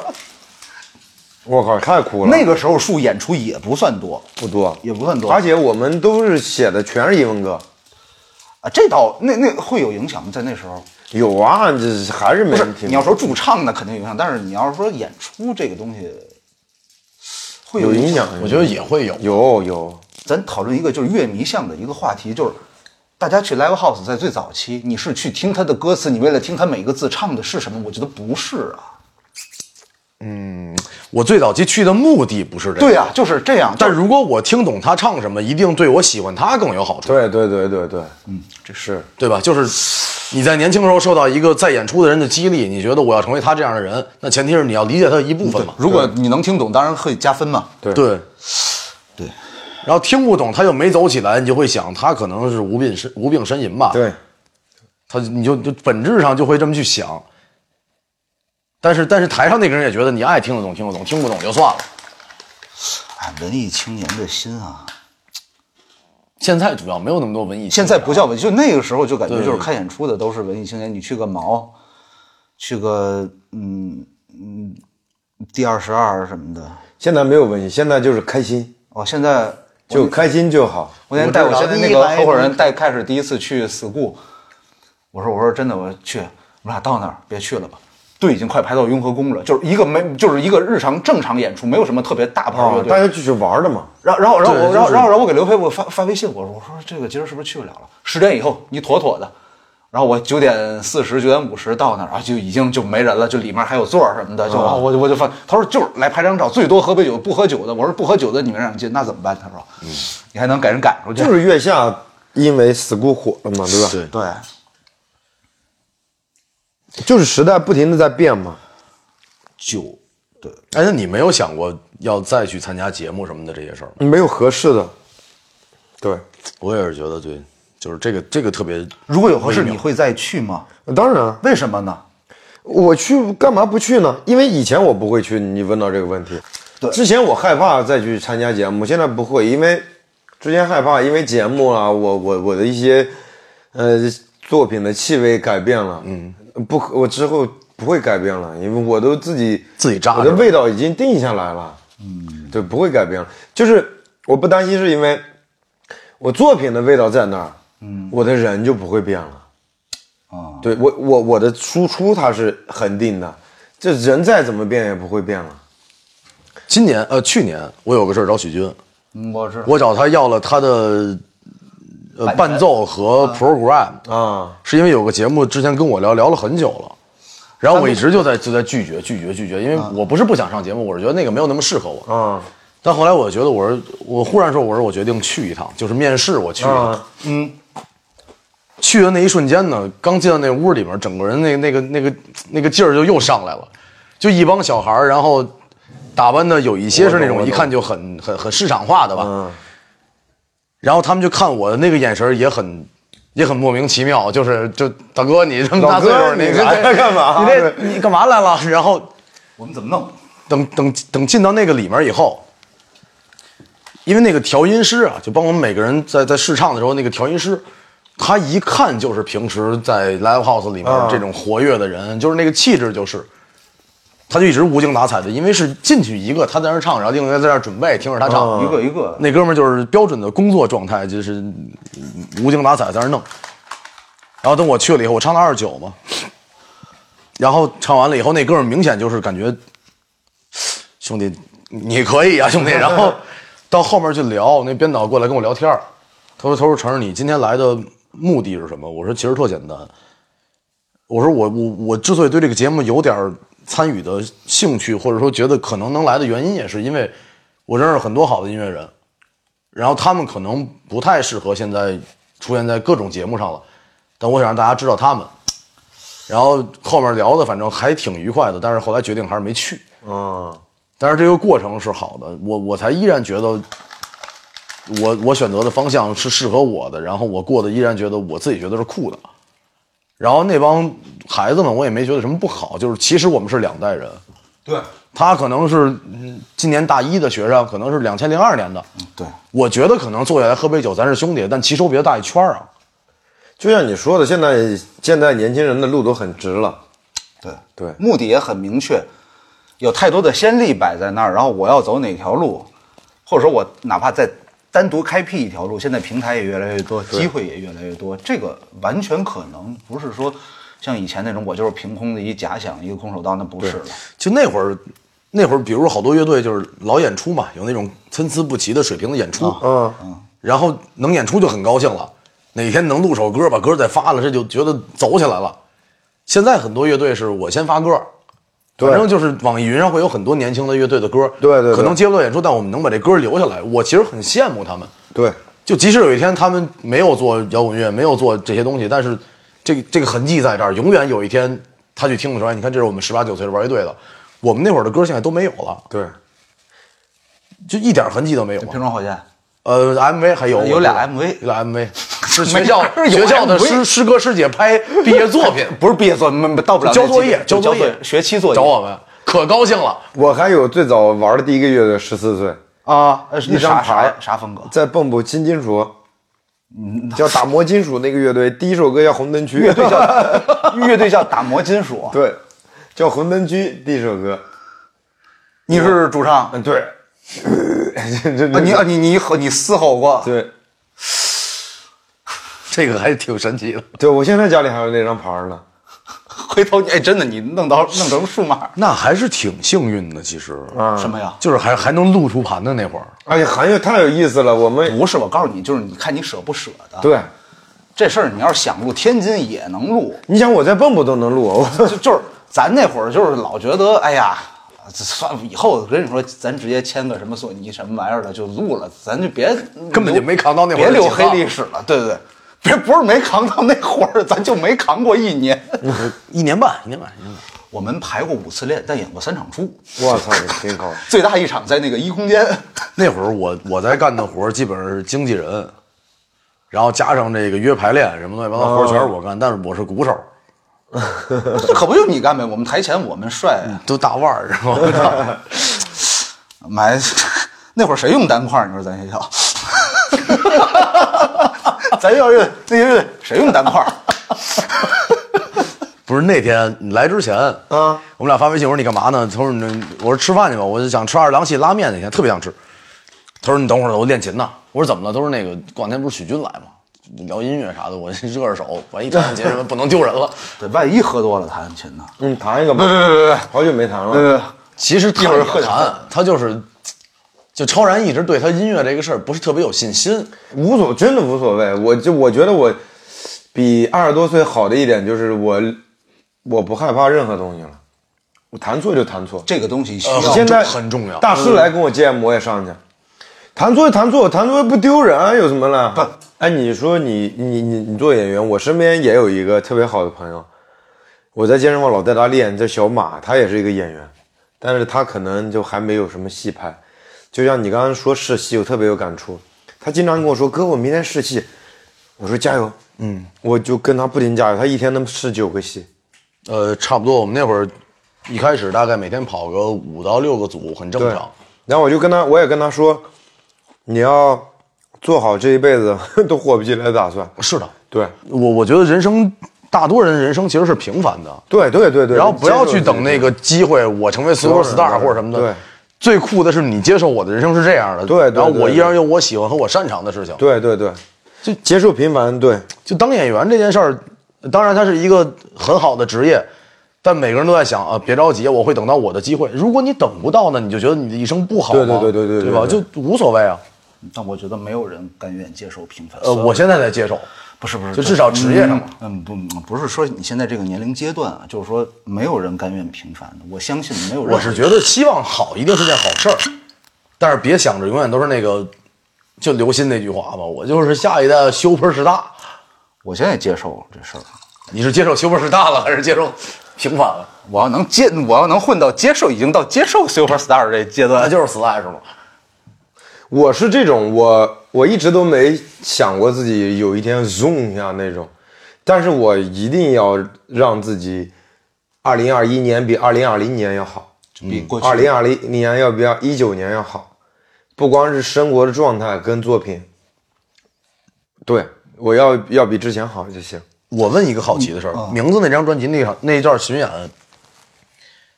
我靠，太苦了，
那个时候数演出也不算多
不多，
也不算多
而且我们都是写的全是英文歌，
啊，这倒那那会有影响吗，在那时候
有啊，这是还是没
不是
人听。
你要说驻唱那肯定有影响，但是你要是说演出这个东西会
有影
响。
响，
我觉得也会有，
有有，
咱讨论一个就是乐迷向的一个话题，就是大家去 live house 在最早期，你是去听他的歌词，你为了听他每个字唱的是什么？我觉得不是啊。
我最早期去的目的不是这个，
对啊，就是这样。
但
就是
如果我听懂他唱什么，一定对我喜欢他更有好处，
对对对对对，嗯，这是
对吧？就是你在年轻时候受到一个在演出的人的激励，你觉得我要成为他这样的人，那前提是你要理解他的一部分嘛。
如果你能听懂，当然会加分嘛。
对
对，然后听不懂他又没走起来，你就会想他可能是无病呻无病呻吟吧？，
对，
他你就就本质上就会这么去想。但是但是台上那个人也觉得你爱听得懂听得懂，听不懂就算了。
哎，文艺青年的心啊，
现在主要没有那么多文艺，
现在不叫文，就那个时候就感觉
对
就是看演出的都是文艺青年。你去个毛，去个嗯嗯第二十二什么的。
现在没有文艺，现在就是开心，
哦，现在
就开心就好。
我那天带我现在那个合伙人带开始第一次去 school，我说我说真的我去，我们俩到那儿别去了吧，队已经快排到雍和宫了，就是一个没就是一个日常正常演出，没有什么特别大牌乐
啊，大家
队。
就去玩的嘛。
然后然后然后
对就
我
是
然后然后然后我给刘飞我发发微信，我说我说这个今儿是不是去不了了？十点以后你妥妥的。然后我九点四十、九点五十到那儿，然后就已经就没人了，就里面还有座儿什么的，就、啊、我就我就发，他说就是来拍张照，最多喝杯酒，不喝酒的，我说不喝酒的你们让进，那怎么办？他说，你还能给人赶出去，
就是月下因为 school 火了嘛，对吧？
对
对，
就是时代不停的在变嘛。
酒，对，
哎，那你没有想过要再去参加节目什么的这些事儿吗？
没有合适的，对，
我也是觉得对，就是这个这个特别
如果有合适，你会再去吗？
当然
为什么呢？
我去干嘛不去呢？因为以前我不会去。你问到这个问题，
对
之前我害怕再去参加节目，现在不会，因为之前害怕，因为节目啊，我我我的一些呃作品的气味改变了，嗯，不可，我之后不会改变了，因为我都自己
自己扎
我的
着
味道已经定下来了，嗯，对，不会改变了。就是我不担心，是因为我作品的味道在那儿，嗯，我的人就不会变了。对我我我的输出它是恒定的，这人再怎么变也不会变了。
今年呃，去年我有个事儿找许军，
嗯我知
我找他要了他的呃伴奏和 program，、
啊，
是因为有个节目之前跟我聊聊了很久了，然后我一直就在就在拒绝拒绝拒绝，因为我不是不想上节目，我是觉得那个没有那么适合我。
啊
但后来我觉得我是我忽然说我说我决定去一趟，就是面试我去一趟。
啊！
去的那一瞬间呢，刚进到那屋里面，整个人那那个那个那个劲儿就又上来了，就一帮小孩儿，然后打扮的有一些是那种一看就很很很市场化的吧，
嗯
然后他们就看我的那个眼神儿也很也很莫名其妙，就是就大哥你这么大
老哥
岁数，
你
这
来
这
干嘛
你这你干嘛来了？然后
我们怎么弄？
等等等进到那个里面以后，因为那个调音师啊，就帮我们每个人在在试唱的时候，那个调音师，他一看就是平时在 live house 里面
啊
这种活跃的人，就是那个气质就是。他就一直无精打采的，因为是进去一个，他在那儿唱，然后另一个在那儿准备，听着他唱。
一个一个，
那哥们儿就是标准的工作状态，就是嗯无精打采在那儿弄。然后等我去了以后，我唱到二十九嘛，然后唱完了以后，那哥们儿明显就是感觉，兄弟你可以啊，兄弟。然后到后面去聊，那编导过来跟我聊天儿，他说他说成儿，你今天来的目的是什么？我说其实特简单，我说我我我之所以对这个节目有点儿参与的兴趣，或者说觉得可能能来的原因，也是因为我认识很多好的音乐人，然后他们可能不太适合现在出现在各种节目上了，但我想让大家知道他们。然后后面聊的反正还挺愉快的，但是后来决定还是没去。
嗯，
但是这个过程是好的，我我才依然觉得我我选择的方向是适合我的，然后我过得依然觉得我自己觉得是酷的。然后那帮孩子们，我也没觉得什么不好，就是其实我们是两代人，
对
他可能是嗯今年大一的学生，可能是两千零二年的，
对，
我觉得可能坐下来喝杯酒，咱是兄弟，但其实我比他大一圈儿啊。
就像你说的，现在现在年轻人的路都很直了。
对
对
目的也很明确，有太多的先例摆在那儿，然后我要走哪条路，或者说我哪怕再单独开辟一条路，现在平台也越来越多，机会也越来越多，这个完全可能，不是说像以前那种我就是凭空的一假想一个空手道，那不是了。
就那会儿，那会儿，比如好多乐队就是老演出嘛，有那种参差不齐的水平的演出，
嗯，
然后能演出就很高兴了。哪天能录首歌，把歌再发了，这就觉得走起来了。现在很多乐队是我先发歌，
对
反正就是网易云上会有很多年轻的乐队的歌，
对对对
可能接不到演出，但我们能把这歌留下来。我其实很羡慕他们，
对，
就即使有一天他们没有做摇滚乐，没有做这些东西，但是这个这个痕迹在这儿，永远有一天他去听的时候，哎你看这是我们十八九岁玩乐队的，我们那会儿的歌现在都没有了，
对，
就一点痕迹都没有了
拼。装火箭，
呃，MV 还有
有俩
我知道
MV
有俩 MV 是学
没
校
哪儿有
学校的
MV，
师师哥师姐拍毕业作 品
不是毕业作业，没没到不了那
交作
级
业
别就
作
业，学期作业
找我们，可高兴了。
我还有最早玩的第一个乐队，十四岁，
啊，呃
一
那
张
啥
牌
啥啥风格？
在蚌埠新金属，叫打磨金属那个乐队，第一首歌叫《红灯 区》，
乐队叫乐队叫打磨金属，
对，叫《红灯区》第一首歌。
你是主唱，啊
嗯，对， 这这
你啊你你吼你嘶吼过，
对
这个还是挺神奇的。
对，我现在家里还有那张牌呢。
回头你哎真的你弄到弄成数码，
那还是挺幸运的，其实，
什么呀？
就是还还能录出盘的那会儿，
而且韩乐太有意思了，我们
不是，我告诉你，就是你看你舍不舍得。
对，
这事儿，你要是想录，天津也能录。
你想我在蚌埠都能录，啊我
就就是咱那会儿就是老觉得，哎呀，这算以后跟你说，咱直接签个什么索尼什么玩意儿的就录了，咱就别
根本就没扛到那会儿
别
的
留
紧
黑
张
历史了。对对对，别不是没扛到那会儿，咱就没扛过一年。
嗯一年半，一年半，一年半。
我们排过五次练，但演过三场出，
我操，挺 好。
最大一场在那个一空间。
那会儿我我在干的活儿基本上是经纪人，然后加上这个约排练什么乱七八糟活儿全是我干，但是我是鼓手，
这可不就你干呗？我们台前我们帅、啊，
都大腕儿，然 后
买那会儿谁用单块儿？你说咱学校， 咱要是那些乐队谁用单块儿？
不是那天你来之前啊，我们俩发微信，我说你干嘛呢？他说你我说吃饭去吧，我就想吃二郎系拉面那天特别想吃。他说你等会儿我练琴呢。我说怎么了？他说那个过两天不是许军来吗？聊音乐啥的，我热热手，万一弹弹琴什么不能丢人了。
对，万一喝多了弹琴呢？
嗯，弹一个
别
吧，
别别别
好久没弹了。
别别！
其实他
一会
也
儿喝点
弹，他就是就超然一直对他音乐这个事儿不是特别有信心。
无所，真的无所谓。我就我觉得我比二十多岁好的一点就是我我不害怕任何东西了，我弹错就弹错。
这个东西需
呃
要
好
现在
很重要
大师来跟我 jam，我也上去。弹错就弹错，弹错又不丢人，有什么了？
不
哎，你说你你你你做演员，我身边也有一个特别好的朋友，我在健身房老带他练，叫小马，他也是一个演员，但是他可能就还没有什么戏拍。就像你刚刚说试戏，我特别有感触。他经常跟我说：“哥，我明天试戏。”我说：“加油。”嗯，我就跟他不停加油，他一天能试九个戏。
呃，差不多，我们那会儿一开始大概每天跑个五到六个组，很正
对
常。，
然后我就跟他，我也跟他说，你要做好这一辈子 都活不起来的打算。
是的，
对，
我我觉得人生大多人人生其实是平凡的，
对对对对。
然后不要去等
个。
那个机会，我成为 super
当然当
star
然
或者什么的。
对，
最酷的是你接受我的人生是这样的，
对
然
对
后我
对
依然有我喜欢和我擅长的事情。
对对对，
就
接受平凡，对
就当演员这件事儿，当然它是一个很好的职业，但每个人都在想啊，别着急，我会等到我的机会。如果你等不到呢，你就觉得你的一生不好
对
嘛
对对对对
对
对
吧？
对
就无所谓啊。
但我觉得没有人甘愿接受平凡。
呃，
啊
我现在在接受，
不是不是，
就至少职业上嘛
嗯，嗯不不是说你现在这个年龄阶段啊，就是说没有人甘愿平凡的。我相信没有人。
我是觉得希望好一定是件好事儿，但是别想着永远都是那个，就刘鑫那句话吧，我就是下一代修盆儿十大。
我现在接受这事儿，
你是接受修波士大了，还是接受平反了？
我要能接，我要能混到接受，已经到接受 Super Star 这阶
那
段，
就是 Slash 了。
我是这种，我我一直都没想过自己有一天 zoom 一下那种，但是我一定要让自己，二零二一年比二零二零年要好，嗯
比过去
二零二零年要比一九年要好，不光是生活的状态跟作品，对我要要比之前好就行。
我问一个好奇的事
嗯
儿，名字那张专辑那场那一段巡演，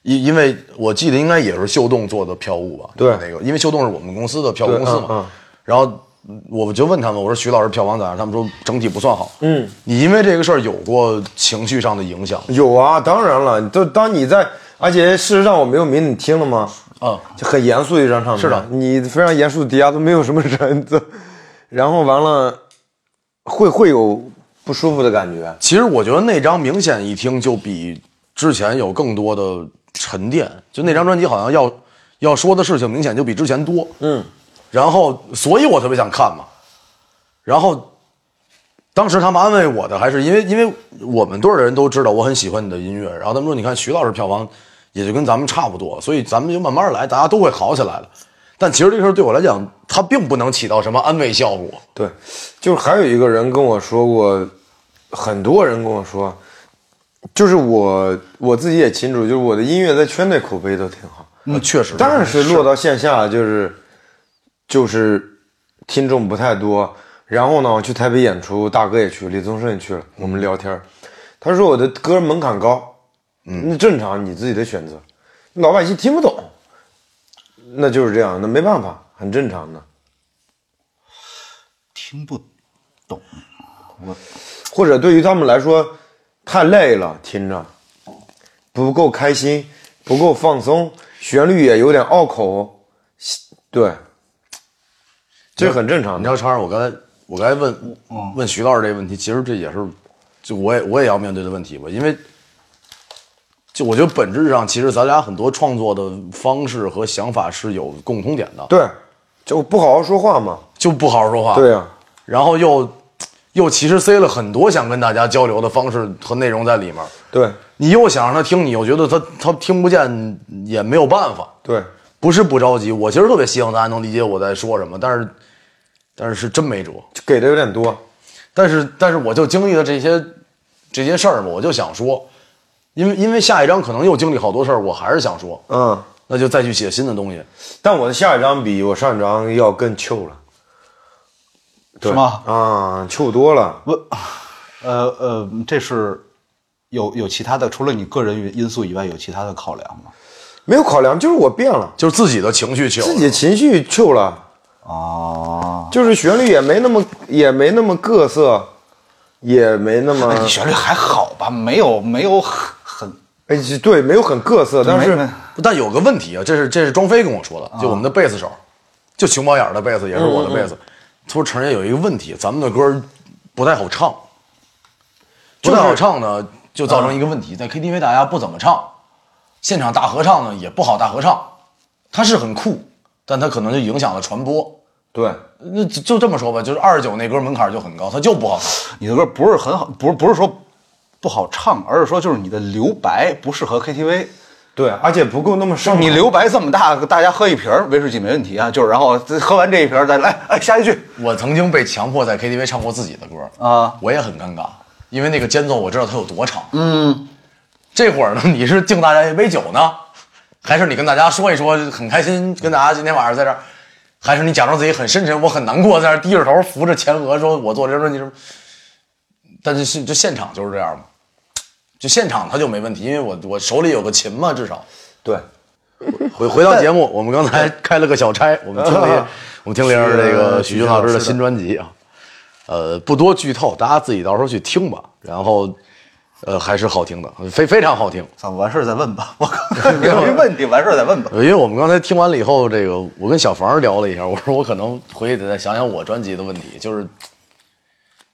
因因为我记得应该也是秀动做的票务吧？
对
那个因为秀动是我们公司的票务公司嘛。
对嗯嗯
然后我就问他们，我说徐老师票房咋样？他们说整体不算好。
嗯，
你因为这个事儿有过情绪上的影响吗
有啊，当然了，就当你在，而且事实上我没有名，你听了吗？
啊？
就很严肃的一张唱片，
是的
你非常严肃底下都没有什么人的，然后完了，会会有不舒服的感觉，
其实我觉得那张明显一听就比之前有更多的沉淀，就那张专辑好像要要说的事情明显就比之前多。
嗯，
然后所以我特别想看嘛。然后当时他们安慰我的还是因为因为我们队儿的人都知道我很喜欢你的音乐，然后他们说你看徐老师票房也就跟咱们差不多，所以咱们就慢慢来，大家都会好起来的。但其实这事儿对我来讲，它并不能起到什么安慰效果。
对，就是还有一个人跟我说过，很多人跟我说，就是我我自己也清楚，就是我的音乐在圈内口碑都挺好，
嗯，确实，
但是落到线下就是就是听众不太多。然后呢，我去台北演出，大哥也去，李宗盛也去了，我们聊天儿。他说我的歌门槛高，嗯，那正常，你自己的选择，老百姓听不懂，那就是这样，那没办法，很正常的。
听不懂。
或者对于他们来说太累了，听着不够开心，不够放松，旋律也有点拗口，对，这很正常
你知。
的
道，超儿，我刚才我刚才问
嗯
问徐老师这个问题，其实这也是就我也我也要面对的问题吧，因为就我觉得本质上，其实咱俩很多创作的方式和想法是有共通点的，
对，就不好好说话嘛。
就不好好说
啊
话，
对啊呀、
然后又又其实塞了很多想跟大家交流的方式和内容在里面，
对
你又想让他听，你又觉得他他听不见，也没有办法，
对，
不是不着急，我其实特别希望大家能理解我在说什么，但是但是是真没辙。
就给的有点多。
但是但是我就经历了这些这些事儿嘛，我就想说，因为因为下一章可能又经历好多事儿，我还是想说，
嗯，
那就再去写新的东西。
但我的下一张比我上一张要更 Q 了。对
是吗
啊，Q 多了。
不，呃呃，这是有有其他的，除了你个人因因素以外，有其他的考量吗？
没有考量，就是我变了，
就是自己的情绪去了
自己情绪 Q 了。
啊，
就是旋律也没那么也没那么各色，也没那么
那哎你旋律还好吧？没有没有很很，
哎对，没有很各色，但
没
是
但有个问题啊，这是这是庄飞跟我说
啊
的，就我们的贝斯手，就熊猫眼儿的贝斯也是我的贝
嗯
斯，他说承认有一个问题，咱们的歌儿不太好唱，不太好唱呢，就造
嗯
成一个问题，在 KTV 大家不怎么唱，现场大合唱呢也不好大合唱，它是很酷，但它可能就影响了传播。
对
那就就这么说吧，就是二十九那歌门槛就很高，它就不好唱。
你的歌不是很好，不是不是说不好唱，而是说就是你的留白不适合 KTV。
对，而且不够那么上脑。
你留白这么大，大家喝一瓶儿威士忌没问题啊，就是然后喝完这一瓶儿再来，哎，下一句
我曾经被强迫在 KTV 唱过自己的歌
啊，
我也很尴尬，因为那个间奏我知道它有多长。嗯，这会儿呢，你是敬大家一杯酒呢，还是你跟大家说一说很开心，跟大家今天晚上在这儿，还是你假装自己很深沉，我很难过，在那儿低着头扶着前额说我做这张专辑什么？但是是就现场就是这样嘛，就现场他就没问题，因为我我手里有个琴嘛，至少。
对，
回回到节目，我们刚才开了个小差，我们听了一我们听了一下这个许军老师的新专辑啊，呃，不多剧透，大家自己到时候去听吧。然后，呃，还是好听的，非非常好听。
算了完事儿再问吧。我靠，有一问题完事儿再问吧。
呃因为我们刚才听完了以后，这个我跟小房聊了一下，我说我可能回去得再想想我专辑的问题，就是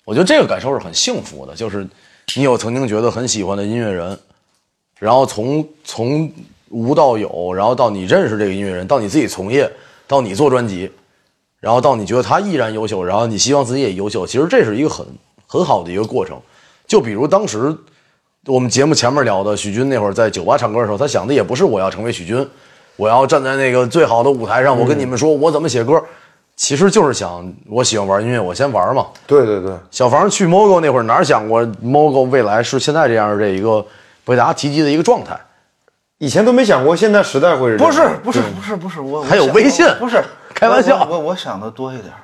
我觉得这个感受是很幸福的，就是你有曾经觉得很喜欢的音乐人，然后从从无到有，然后到你认识这个音乐人，到你自己从业，到你做专辑，然后到你觉得他依然优秀，然后你希望自己也优秀，其实这是一个很很好的一个过程。就比如当时我们节目前面聊的许军那会儿在酒吧唱歌的时候，他想的也不是我要成为许军，我要站在那个最好的舞台上，我跟你们说我怎么写歌，其实就是想我喜欢玩音乐，我先玩嘛。
对对对，
小房去 MOGO 那会儿哪想过 MOGO 未来是现在这样的这一个被大家提及的一个状态？
以前都没想过现在时代会是这
不
样
是不是不是不是我我
还有
想
微信
我不是
开玩笑
我我我想的多一点儿，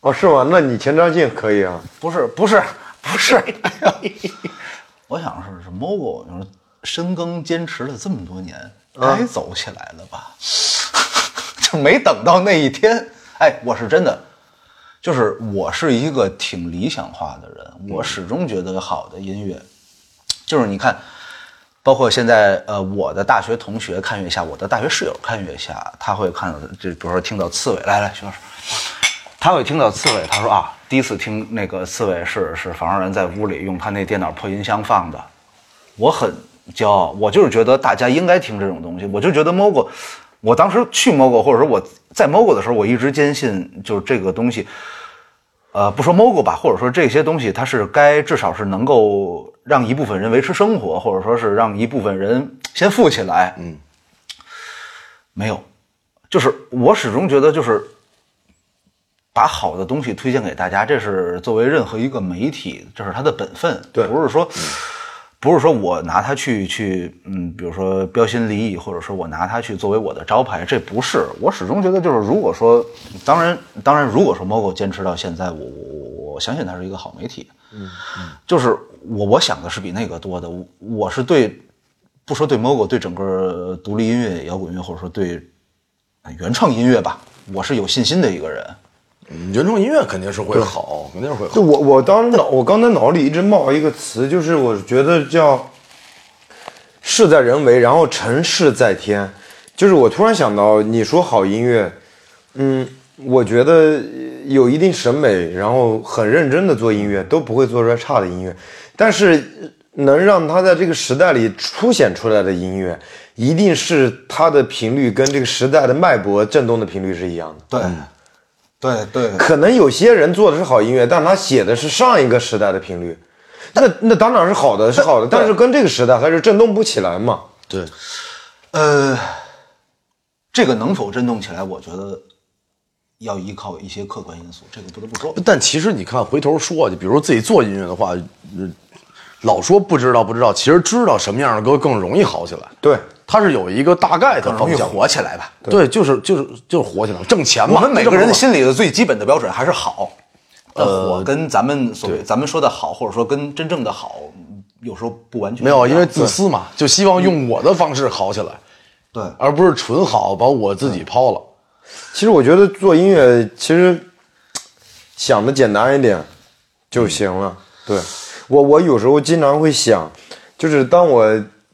哦，是吗？那你前瞻性可以啊，
不是不 是不是，我想是是 MOGO 就是深耕坚持了这么多年，该走起来了吧？ 就没等到那一天。哎，我是真的，就是我是一个挺理想化的人，我始终觉得好的音乐，就是你看，包括现在呃，我的大学同学看月下，我的大学室友看月下，他会看到这，比如说听到刺猬，来来，徐老师，他会听到刺猬，他说啊，第一次听那个刺猬是是房人在屋里用他那电脑破音箱放的，我很骄傲，我就是觉得大家应该听这种东西，我就觉得 MOGO，我当时去 MOGO 或者说我在 MOGO 的时候，我一直坚信就是这个东西，呃，不说 MOGO 吧，或者说这些东西它是该至少是能够让一部分人维持生活，或者说是让一部分人先富起来，嗯，没有，就是我始终觉得就是把好的东西推荐给大家，这是作为任何一个媒体，这是他的本分，
对
不是说。不是说我拿它去去，嗯，比如说标新立异，或者说我拿它去作为我的招牌，这不是。我始终觉得就是，如果说，当然，当然，如果说 MOGO 坚持到现在，我我我我相信它是一个好媒体。嗯，就是我我想的是比那个多的。我我是对，不说对 MOGO，对整个独立音乐、摇滚乐，或者说对原创音乐吧，我是有信心的一个人。
嗯原创音乐肯定是会好，肯定是会
就
好。
我我当时脑我刚才脑里一直冒一个词，就是我觉得叫事在人为，然后成事在天。就是我突然想到，你说好音乐，嗯，我觉得有一定审美，然后很认真的做音乐，都不会做出来差的音乐。但是能让它在这个时代里凸显出来的音乐，一定是它的频率跟这个时代的脉搏震动的频率是一样的。
对，对对
可能有些人做的是好音乐，但他写的是上一个时代的频率，那那当然是好的，是好的，但是跟这个时代它是震动不起来嘛。
对，
呃，这个能否震动起来，我觉得要依靠一些客观因素，这个不得不说。
但其实你看，回头说，就比如自己做音乐的话，嗯老说不知道不知道，其实知道什么样的歌更容易好起来。
对，
它是有一个大概的方向，
火起来吧。
对，就是就是就是火起来，挣钱嘛。
我们每个
就
人的
这么说
心里的最基本的标准还是好，
呃
呃，跟咱们所谓咱们说的好，或者说跟真正的好，有时候不完全
没有，
一
因为
样
自私嘛，就希望用我的方式好起来，
对
而不是纯好把我自己抛了。
嗯
其实我觉得做音乐其实想的简单一点就行了。对我，我有时候经常会想，就是当我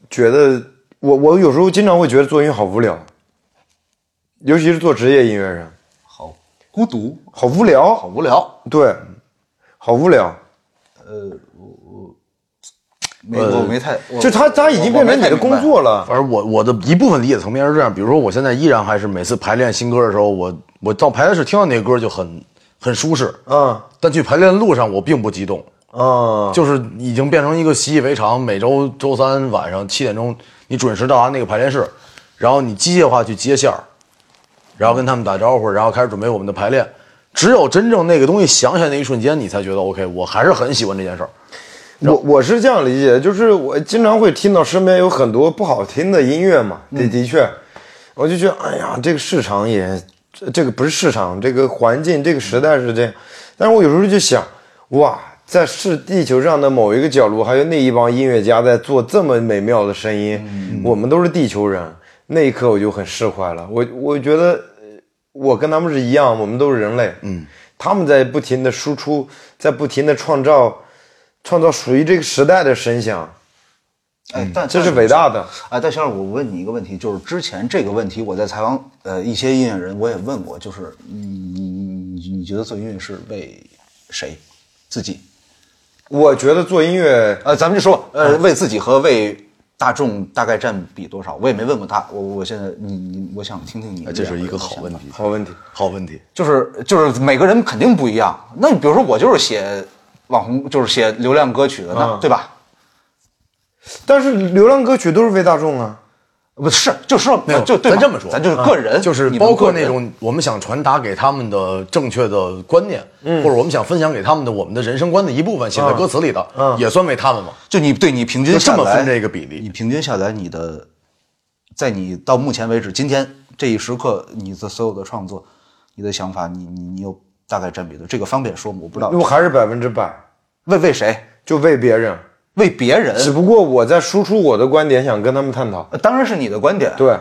觉得我我有时候经常会觉得做音乐好无聊，尤其是做职业音乐人，
好孤独，
好无聊，
好无聊。
对，好无聊。
没我没太，我
就它它已经变成你的工作了。
反正我我的一部分理解层面是这样，比如说我现在依然还是每次排练新歌的时候，我我到排练室听到那个歌就很很舒适，
嗯
但去排练路上我并不激动，
啊
嗯，
就是已经变成一个习以为常，每周周三晚上七点钟你准时到达那个排练室，然后你机械化去接线儿，然后跟他们打招呼，然后开始准备我们的排练。只有真正那个东西响起来那一瞬间，你才觉得 OK，我还是很喜欢这件事儿。
我我是这样理解，就是我经常会听到身边有很多不好听的音乐嘛，的的确，我就觉得哎呀，这个市场也，这这个不是市场，这个环境，这个时代是这样。但是我有时候就想，哇，在世地球上的某一个角落，还有那一帮音乐家在做这么美妙的声音，我们都是地球人。那一刻我就很释怀了，我我觉得我跟他们是一样，我们都是人类。嗯，他们在不停的输出，在不停的创造，创造属于这个时代的声响，
哎，但
这是伟大的。
哎，但先生，我问你一个问题，就是之前这个问题，我在采访呃一些音乐人，我也问过，就是你你你你觉得做音乐是为谁？自己？
我觉得做音乐，
呃，咱们就说，呃，为自己和为大众大概占比多少？我也没问过他，我我现在你你，我想听听你。
哎这是一个好问题，
好问题，
好问题。
就是就是每个人肯定不一样。那你比如说我就是写网红就是写流量歌曲的，那、
嗯
对吧？
但是流浪歌曲都是为大众啊，
不是，就是说呃
没有，
就对嘛
咱这么说，
咱就是个人，
啊就是
你们
包括
个人
那种我们想传达给他们的正确的观念，
嗯
或者我们想分享给他们的我们的人生观的一部分，写在歌词里的，
嗯
也算为他们嘛。
就你对你平均
就这么
下来
分这个比例
你平均下来，你的在你到目前为止今天这一时刻，你的所有的创作，你的想法，你你你有大概占比的，这个方便说吗？我不知道
我还是百分之百，
为为谁，
就为别人。
为别人，
只不过我在输出我的观点，想跟他们探讨。
呃当然是你的观点。
对，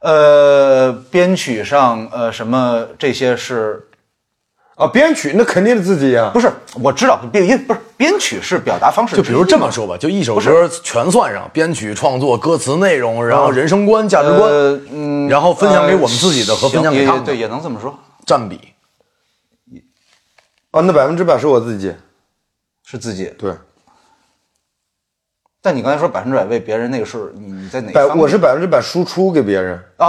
呃，编曲上，呃，什么这些是
啊，编曲那肯定是自己啊呀、
不是？我知道编音不是编曲是表达方式之
就
一，
比如这么说吧，就一首歌全算上，编曲、创作、歌词内容，然后人生观、价值观，
呃嗯
然后分享给我们自己的和
行
分享给
也
他们的
对，也能这么说，
占比。
啊，那百分之百是我自己。
是自己。
对，
但你刚才说百分之百为别人，那个是你你在哪一
百
方面
我是百分之百输出给别人。
哦哦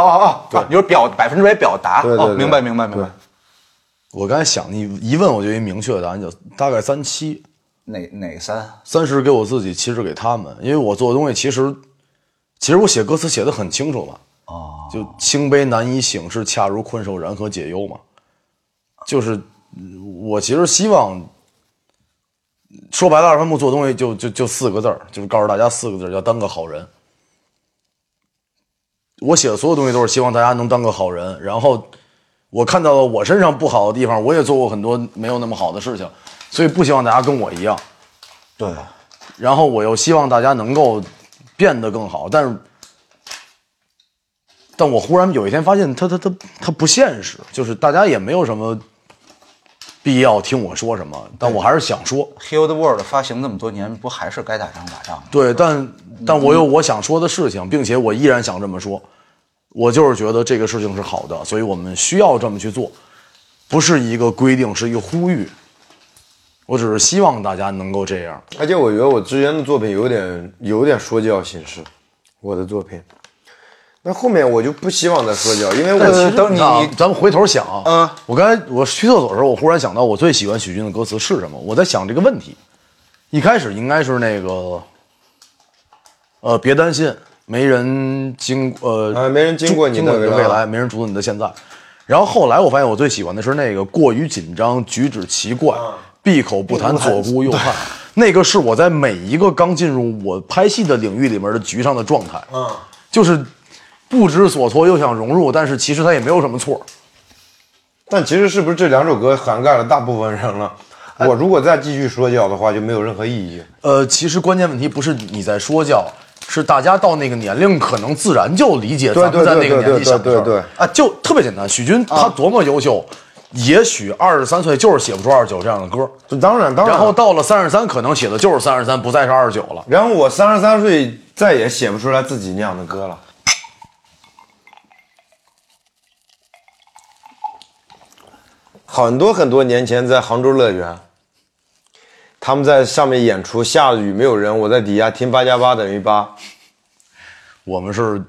哦，啊你说表百分之百表达，
对对
哦，
对
明白明白明白
对。
我刚才想，你一问我就有一明确的答案，就大概三七，
哪哪三？
三十给我自己，七十给他们，因为我做的东西其实，其实我写歌词写的很清楚嘛，
哦，
就清杯难以醒，是恰如困兽，然何解忧嘛，就是嗯我其实希望，说白了，二番木做东西就就就四个字儿，就是告诉大家四个字儿叫当个好人。我写的所有东西都是希望大家能当个好人，然后我看到了我身上不好的地方，我也做过很多没有那么好的事情，所以不希望大家跟我一样。
对，
然后我又希望大家能够变得更好，但是，但我忽然有一天发现它，它它它不现实，就是大家也没有什么必要听我说什么，但我还是想说，
《Heal the World》发行那么多年，不还是该打仗打仗吗？
对，但但我有我想说的事情，并且我依然想这么说，我就是觉得这个事情是好的，所以我们需要这么去做，不是一个规定，是一个呼吁，我只是希望大家能够这样。
而且我觉得我之前的作品有点有点说教形式，我的作品。那后面我就不希望再说教，因为我其实
等你
啊咱们回头想，
嗯，
我刚才我去厕所的时候，我忽然想到我最喜欢许军的歌词是什么，我在想这个问题。一开始应该是那个，呃，别担心，没人经呃、
啊没人经过你的
的
未
未来，
来
没人阻止你的现在。然后后来我发现我最喜欢的是那个过于紧张，举止奇怪，
啊
闭口不谈，左顾右盼。那个是我在每一个刚进入我拍戏的领域里面的局上的状态。
啊
嗯，就是不知所措，又想融入，但是其实他也没有什么错。
但其实是不是这两首歌涵盖了大部分人了？我如果再继续说教的话，就没有任何意义。
呃，其实关键问题不是你在说教，是大家到那个年龄，可能自然就理解
对
咱们
对
在
对
那个
对
年纪
对
想的
对
事儿
对啊
啊，就特别简单。许军他多么优秀，也许二十三岁就是写不出二十九这样的歌，
就当然，当然。
然后到了三十三，可能写的就是三十三，不再是二十九了。
然后我三十三岁再也写不出来自己那样的歌了。很多很多年前在杭州乐园，他们在上面演出，下雨没有人，我在底下听八加八等于八。
我们是，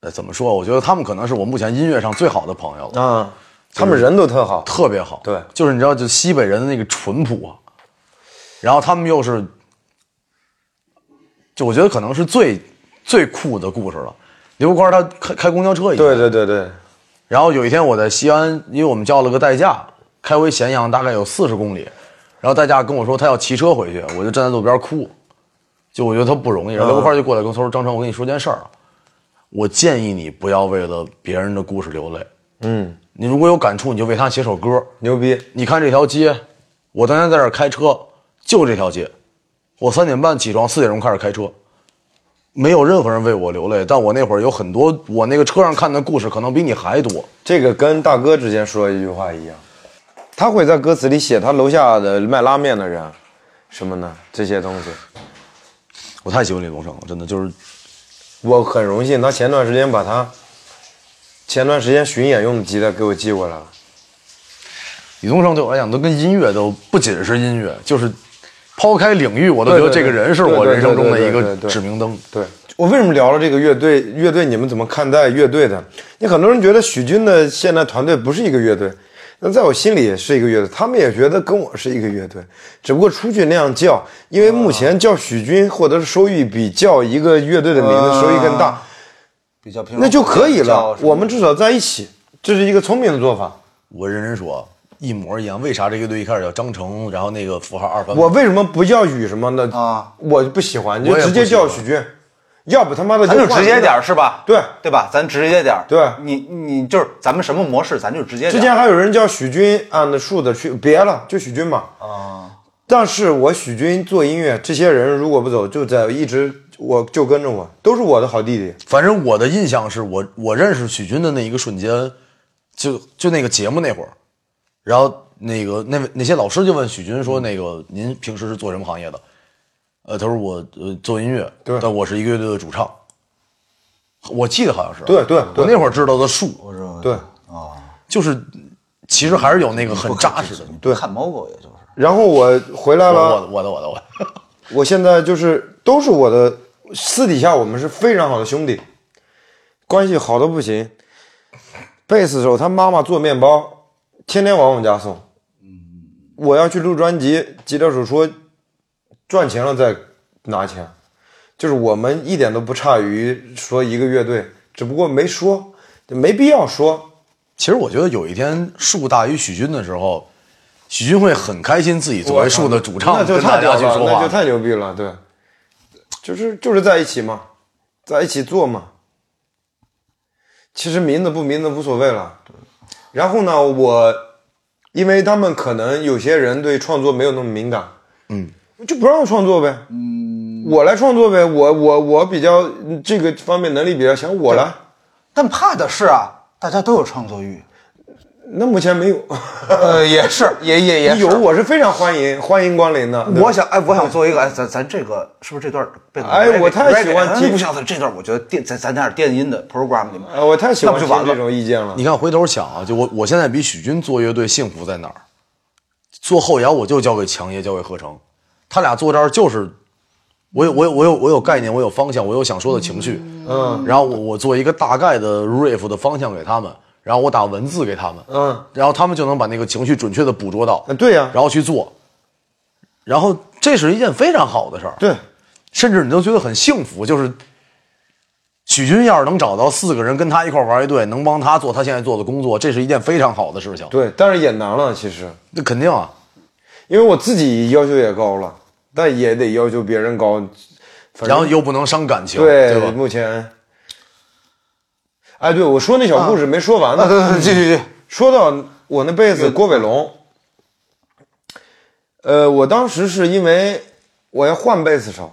呃，怎么说？我觉得他们可能是我目前音乐上最好的朋友了，
啊，他们人都特好，
特别好。
对
就是你知道，就西北人的那个淳朴啊，然后他们又是，就我觉得可能是最最酷的故事了。刘宽他开开公交车一样，
对对对对，
然后有一天我在西安，因为我们叫了个代驾，开回咸阳大概有四十公里，然后代驾跟我说他要骑车回去，我就站在路边哭，就我觉得他不容
嗯
易。然后刘宽就过来跟我说：“张成，我跟你说件事儿啊，我建议你不要为了别人的故事流泪，
嗯，
你如果有感触，你就为他写首歌。
牛逼，
你看这条街，我当天在这儿开车，就这条街，我三点半起床，四点钟开始开车，没有任何人为我流泪，但我那会儿有很多我那个车上看的故事，可能比你还多。”
这个跟大哥之前说的一句话一样，他会在歌词里写他楼下的卖拉面的人，什么呢？这些东西。
我太喜欢李宗盛了，真的就是
我很荣幸，他前段时间把他前段时间巡演用的吉他给我寄过来了。
李宗盛对我来讲都跟音乐都不仅是音乐，就是抛开领域，我都觉得
对对
这个人是我
对对
人生中的
对
一
对
个
对对
指明灯。
对我为什么聊了这个乐队？乐队你们怎么看待乐队的？你很多人觉得许军的现在团队不是一个乐队，那在我心里也是一个乐队，他们也觉得跟我是一个乐队，只不过出去那样叫，因为目前叫许军获得的收益比叫一个乐队的名字收益更大，
比较
嗯
平，
那就可以了
比较。
我们至少在一起，这是一个聪明的做法。
我认真说，一模一样。为啥这乐队一开始叫张成，然后那个符号二番？
我为什么不叫雨什么的
啊？
我不喜欢，你
我
就
也
直
不
接
喜欢
叫许军，要不他妈的
咱就
换
直
名
接
字
点儿是吧？
对
对吧？咱直接点儿
对
你你就是咱们什么模式，咱就直接
之
点儿
前还有人叫许军 and 树的去，别了，就许军吧。啊，但是我许军做音乐，这些人如果不走，就在一直我就跟着我，都是我的好弟弟。
反正我的印象是我我认识许军的那一个瞬间，就就那个节目那会儿，然后那个那位那些老师就问许军说：“那个您平时是做什么行业的？”呃，他说我呃做音乐，
对
但我是一个乐队的主唱。我记得好像是，
对对
我
对
那会儿知道的树，
对，
就是其实还是有那个很扎实的。
对
看 logo 也就是
然后我回来
我
了，
我我的我的我的，
我现在就是都是我的，私底下我们是非常好的兄弟，关系好的不行。贝斯手他妈妈做面包，天天往我们家送。我要去录专辑，吉他手说赚钱了再拿钱，就是我们一点都不差于说一个乐队，只不过没说，没必要说。
其实我觉得有一天树大于许军的时候，许军会很开心自己作为树的主
那
唱
就
哦跟
太
大
牛
家去
了，
说
那
话
就。太牛逼了，对，就是就是在一起嘛，在一起做嘛。其实名字不名字无所谓了。然后呢，我因为他们可能有些人对创作没有那么敏感，嗯，就不让我创作呗，嗯，我来创作呗，我我我比较嗯这个方面能力比较强，我来。
但怕的是啊，大家都有创作欲，
那目前没有，
呃，也是，也也也是
有我是非常欢迎欢迎光临的。对吧
我想，哎，我想做一个，哎，咱咱这个是不是这段被？
哎我太喜欢听
不想这段，我觉得电咱咱那点电音的 program 里面，
呃我太喜欢
那不
听
就完
这
了？
种意见了。
你看回头想啊，就我我现在比许军做乐队幸福在哪儿？做后摇我就交给强爷，交给何成，他俩坐这儿就是，我有我有我有我有概念，我有方向，我有想说的情绪，嗯，然后我我做一个大概的 riff 的方向给他们，然后我打文字给他们，
嗯，
然后他们就能把那个情绪准确的捕捉到，
啊，对呀、
然后去做，然后这是一件非常好的事儿，
对。
甚至你都觉得很幸福。就是许军要是能找到四个人跟他一块儿玩一队，能帮他做他现在做的工作，这是一件非常好的事情。
对，但是也难了，其实，
那肯定啊，
因为我自己要求也高了，但也得要求别人高。反正
然后又不能伤感情，
对
对吧？
目前，哎，对我说那小故事没说完呢。
啊，对对对，继续继续，
说到我那贝斯郭伟龙，呃，我当时是因为我要换贝斯手，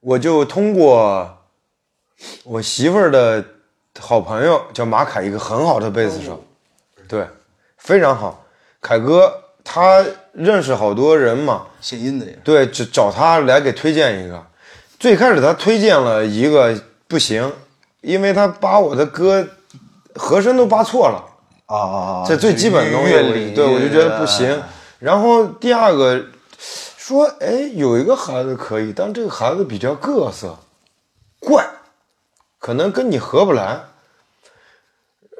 我就通过我媳妇儿的好朋友叫马凯，一个很好的贝斯
哦
手，对，非常好，凯哥他认识好多人嘛，
谐音的也是。
对，找找他来给推荐一个。最开始他推荐了一个不行，因为他把我的歌和声都扒错了，
啊啊啊！
这最基本的东西
乐
我
理，
对我就觉得不行。
啊
然后第二个说，哎，有一个孩子可以，但这个孩子比较各色，怪，可能跟你合不来。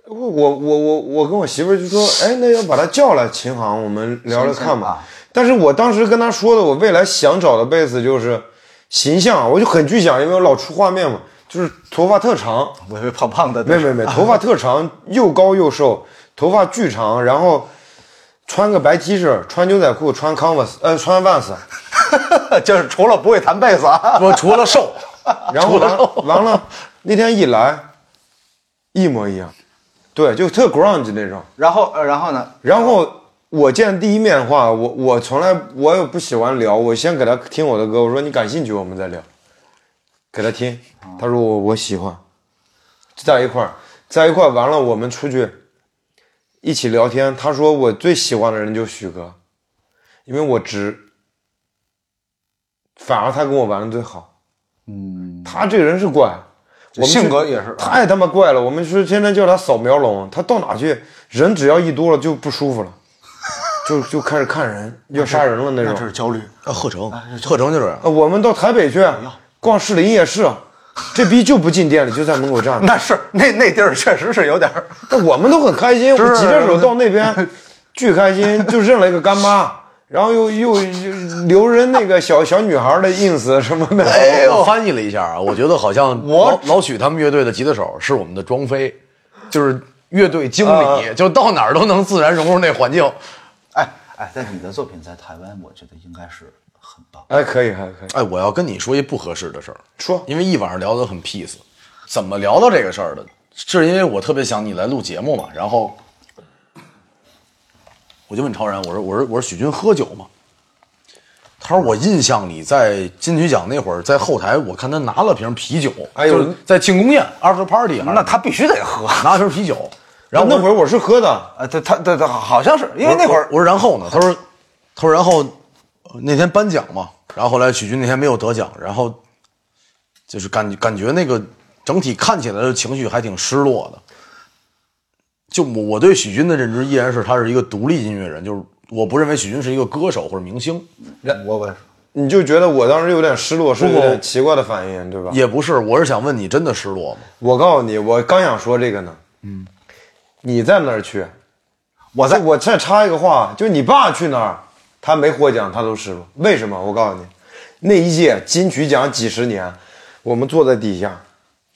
我我我我我跟我媳妇儿就说，哎，那要把他叫来琴行，我们聊聊看
行行
吧
啊。
但是我当时跟他说的，我未来想找的贝斯就是形象，啊我就很具象，因为我老出画面嘛，就是头发特长，
我以为胖胖的，
没没没，头发特长，又高又瘦，头发巨长，然后穿个白 T 恤，穿牛仔裤，穿 Converse，呃，穿 Vans，
就是除了不会弹贝斯啊，
我除了瘦，
然后完完了，那天一来，一模一样，对，就特 grunge 那种。
然后呃，然后呢？
然后我见第一面的话，我我从来我也不喜欢聊，我先给他听我的歌，我说你感兴趣我们再聊，给他听，他说我我喜欢，在一块儿，在一块儿完了我们出去一起聊天，他说我最喜欢的人就是许哥，因为我直，反而他跟我玩的最好，嗯，他这个人是怪。我们去
性格也是
太他妈怪了。我们说天天叫他扫描龙，他到哪去，人只要一多了就不舒服了，就就开始看人，要杀人了那
那
种
这。是焦虑，
啊，贺成，贺成就是
啊，我们到台北去逛士林夜市，这逼就不进店里，就在门口站着。
那是那那地儿确实是有点儿，
那我们都很开心，
是
我几只手到那边，巨开心，就认了一个干妈，然后又又又留人那个小小女孩的 ins 什么的。
哎，我翻译了一下啊，我觉得好像
我
老老许他们乐队的吉他手是我们的庄飞，就是乐队经
啊
理，就到哪儿都能自然融入那环境。
哎哎，但你的作品在台湾，我觉得应该是很棒。
哎，可以，还可以，
哎，我要跟你说一不合适的事儿，
说
因为一晚上聊得很 peace，怎么聊到这个事儿的？是因为我特别想你来录节目嘛，然后我就问超然，我说我说我说许军喝酒吗？他说我印象里在金曲奖那会儿，在后台我看他拿了瓶啤酒，
哎呦
就是在庆功宴 after party，还是
那他必须得喝
拿了瓶啤酒，然后
那会
儿
儿我是喝的，
啊！他他他他好像是因为那会儿
我说然后呢？他说他说然后呃那天颁奖嘛，然后后来许军那天没有得奖，然后就是感感觉那个整体看起来的情绪还挺失落的。就我我对许军的认知依然是他是一个独立音乐人，就是我不认为许军是一个歌手或者明星，
我我
你就觉得我当时有点失落，是有
不
点奇怪的反应，对吧？
也不是。我是想问你，真的失落吗？
我告诉你，我刚想说这个呢，嗯，你在哪儿去？
我在
我再插一个话，就你爸去哪儿，他没获奖，他都失落。为什么？我告诉你，那一届金曲奖几十年，我们坐在底下，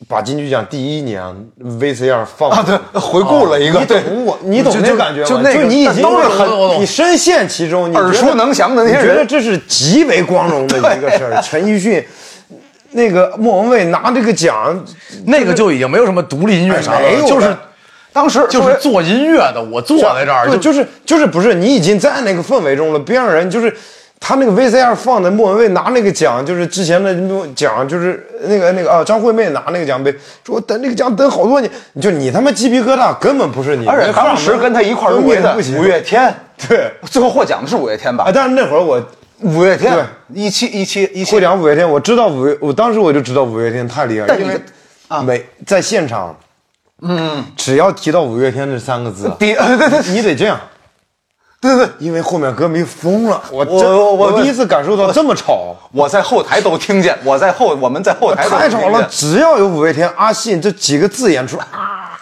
把金曲奖第一年 VCR 放
啊，对，回顾了一个，
你
对
懂我，你懂
就
那
就
感觉吗？
就那个
你已
但
经
都是
我懂我懂
很，你深陷其中，你觉得
耳熟能详的那些人
你觉得这是极为光荣 的一个事儿。陈奕迅。那个莫文蔚拿这个奖，
那个就已经没有什么独立音乐啥
没有
了，就是
的
当时
就
作为
是做音乐的，我坐在这儿
对，
就
就是就是不是你已经在那个氛围中了，别让人就是他那个 VCR 放的莫文蔚拿那个奖，就是之前的奖，就是那个那个啊张惠妹拿那个奖杯，说我等这个奖等好多年，就你他妈鸡皮疙瘩根本不是你，
而且
你看
当时跟他一块儿入围的
不行
五月天，
对
最后获奖的是五月天吧
啊，？但是那会儿我
五月天
对，
一七一七一
获
七，
奖五月天，我知道五月，我当时我就知道五月天太厉害了，
但
因
你
为每在现场，嗯，只要提到五月天这三个 字，
第对对对
你得这样。
对对，
因为后面歌迷疯了，我
我
真
我我
第一次感受到这么吵，
我在后台都听见，我在后我们在后台都
太
听见
吵了。只要有五月天、阿信这几个字眼出来，啊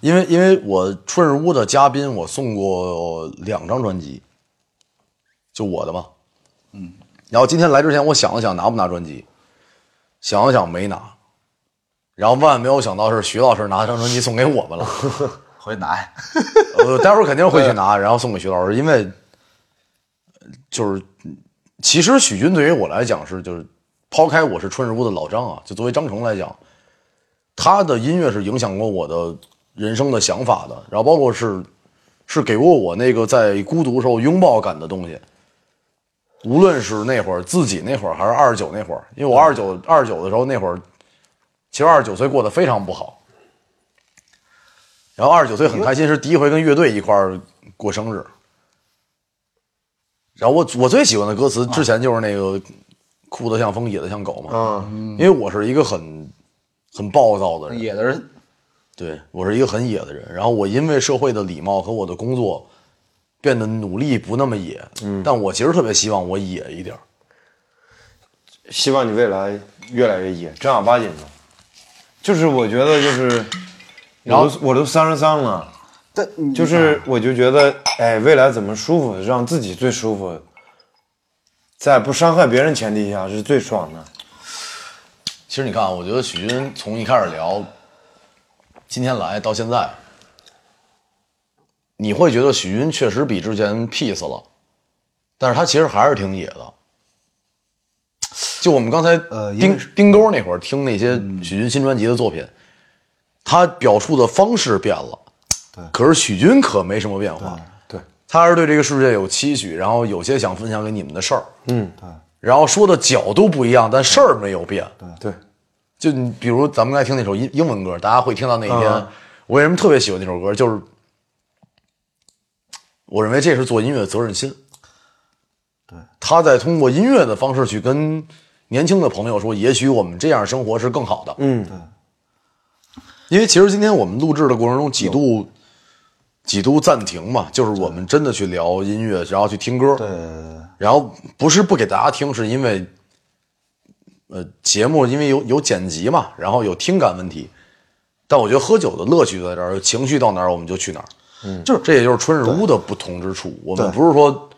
因为因为我春日屋的嘉宾，我送过两张专辑，就我的嘛，嗯。然后今天来之前，我想了想拿不拿专辑，想了想没拿，然后万万没有想到是徐老师拿张专辑送给我们了，
回拿呀，
我待会儿肯定会去拿，然后送给徐老师，因为呃就是其实许军对于我来讲是就是抛开我是春日屋的老张啊，就作为张成来讲，他的音乐是影响过我的人生的想法的，然后包括是是给过我那个在孤独时候拥抱感的东西。无论是那会儿自己那会儿，还是二十九那会儿，因为我二十九二十九的时候那会儿，其实二十九岁过得非常不好。然后二十九岁很开心，是第一回跟乐队一块儿过生日。然后我我最喜欢的歌词之前就是那个“哭得像风，野得像狗”嘛，
嗯，
因为我是一个很很暴躁的人，
野的人
对我是一个很野的人，然后我因为社会的礼貌和我的工作，变得努力不那么野。嗯，但我其实特别希望我野一点儿。
希望你未来越来越野，正儿八经的。就是我觉得就是，然后我都三十三了，
但你
就是我就觉得，哎，未来怎么舒服，让自己最舒服，在不伤害别人前提下是最爽的。
其实你看啊，我觉得许军从一开始聊，今天来到现在，你会觉得许军确实比之前 peace 了，但是他其实还是挺野的。就我们刚才
呃因为
冰冰沟那会儿听那些许军新专辑的作品，他表述的方式变了，
对
可是许军可没什么变化，
对，
他是对这个世界有期许，然后有些想分享给你们的事儿，
嗯，
然后说的角度不一样，但事儿没有变，
对，
就你比如咱们刚才听那首英英文歌，大家会听到那一天，
嗯
我为什么特别喜欢那首歌，就是我认为这是做音乐的责任心。对，他在通过音乐的方式去跟年轻的朋友说，也许我们这样生活是更好的。
嗯，
因为其实今天我们录制的过程中几度几度暂停嘛，就是我们真的去聊音乐，然后去听歌。对
呃
然后不是不给大家听，是因为呃，节目因为有有剪辑嘛，然后有听感问题，但我觉得喝酒的乐趣就在这儿，情绪到哪儿我们就去哪儿。嗯，就是这也就是春日屋的不同之处。我们不是说，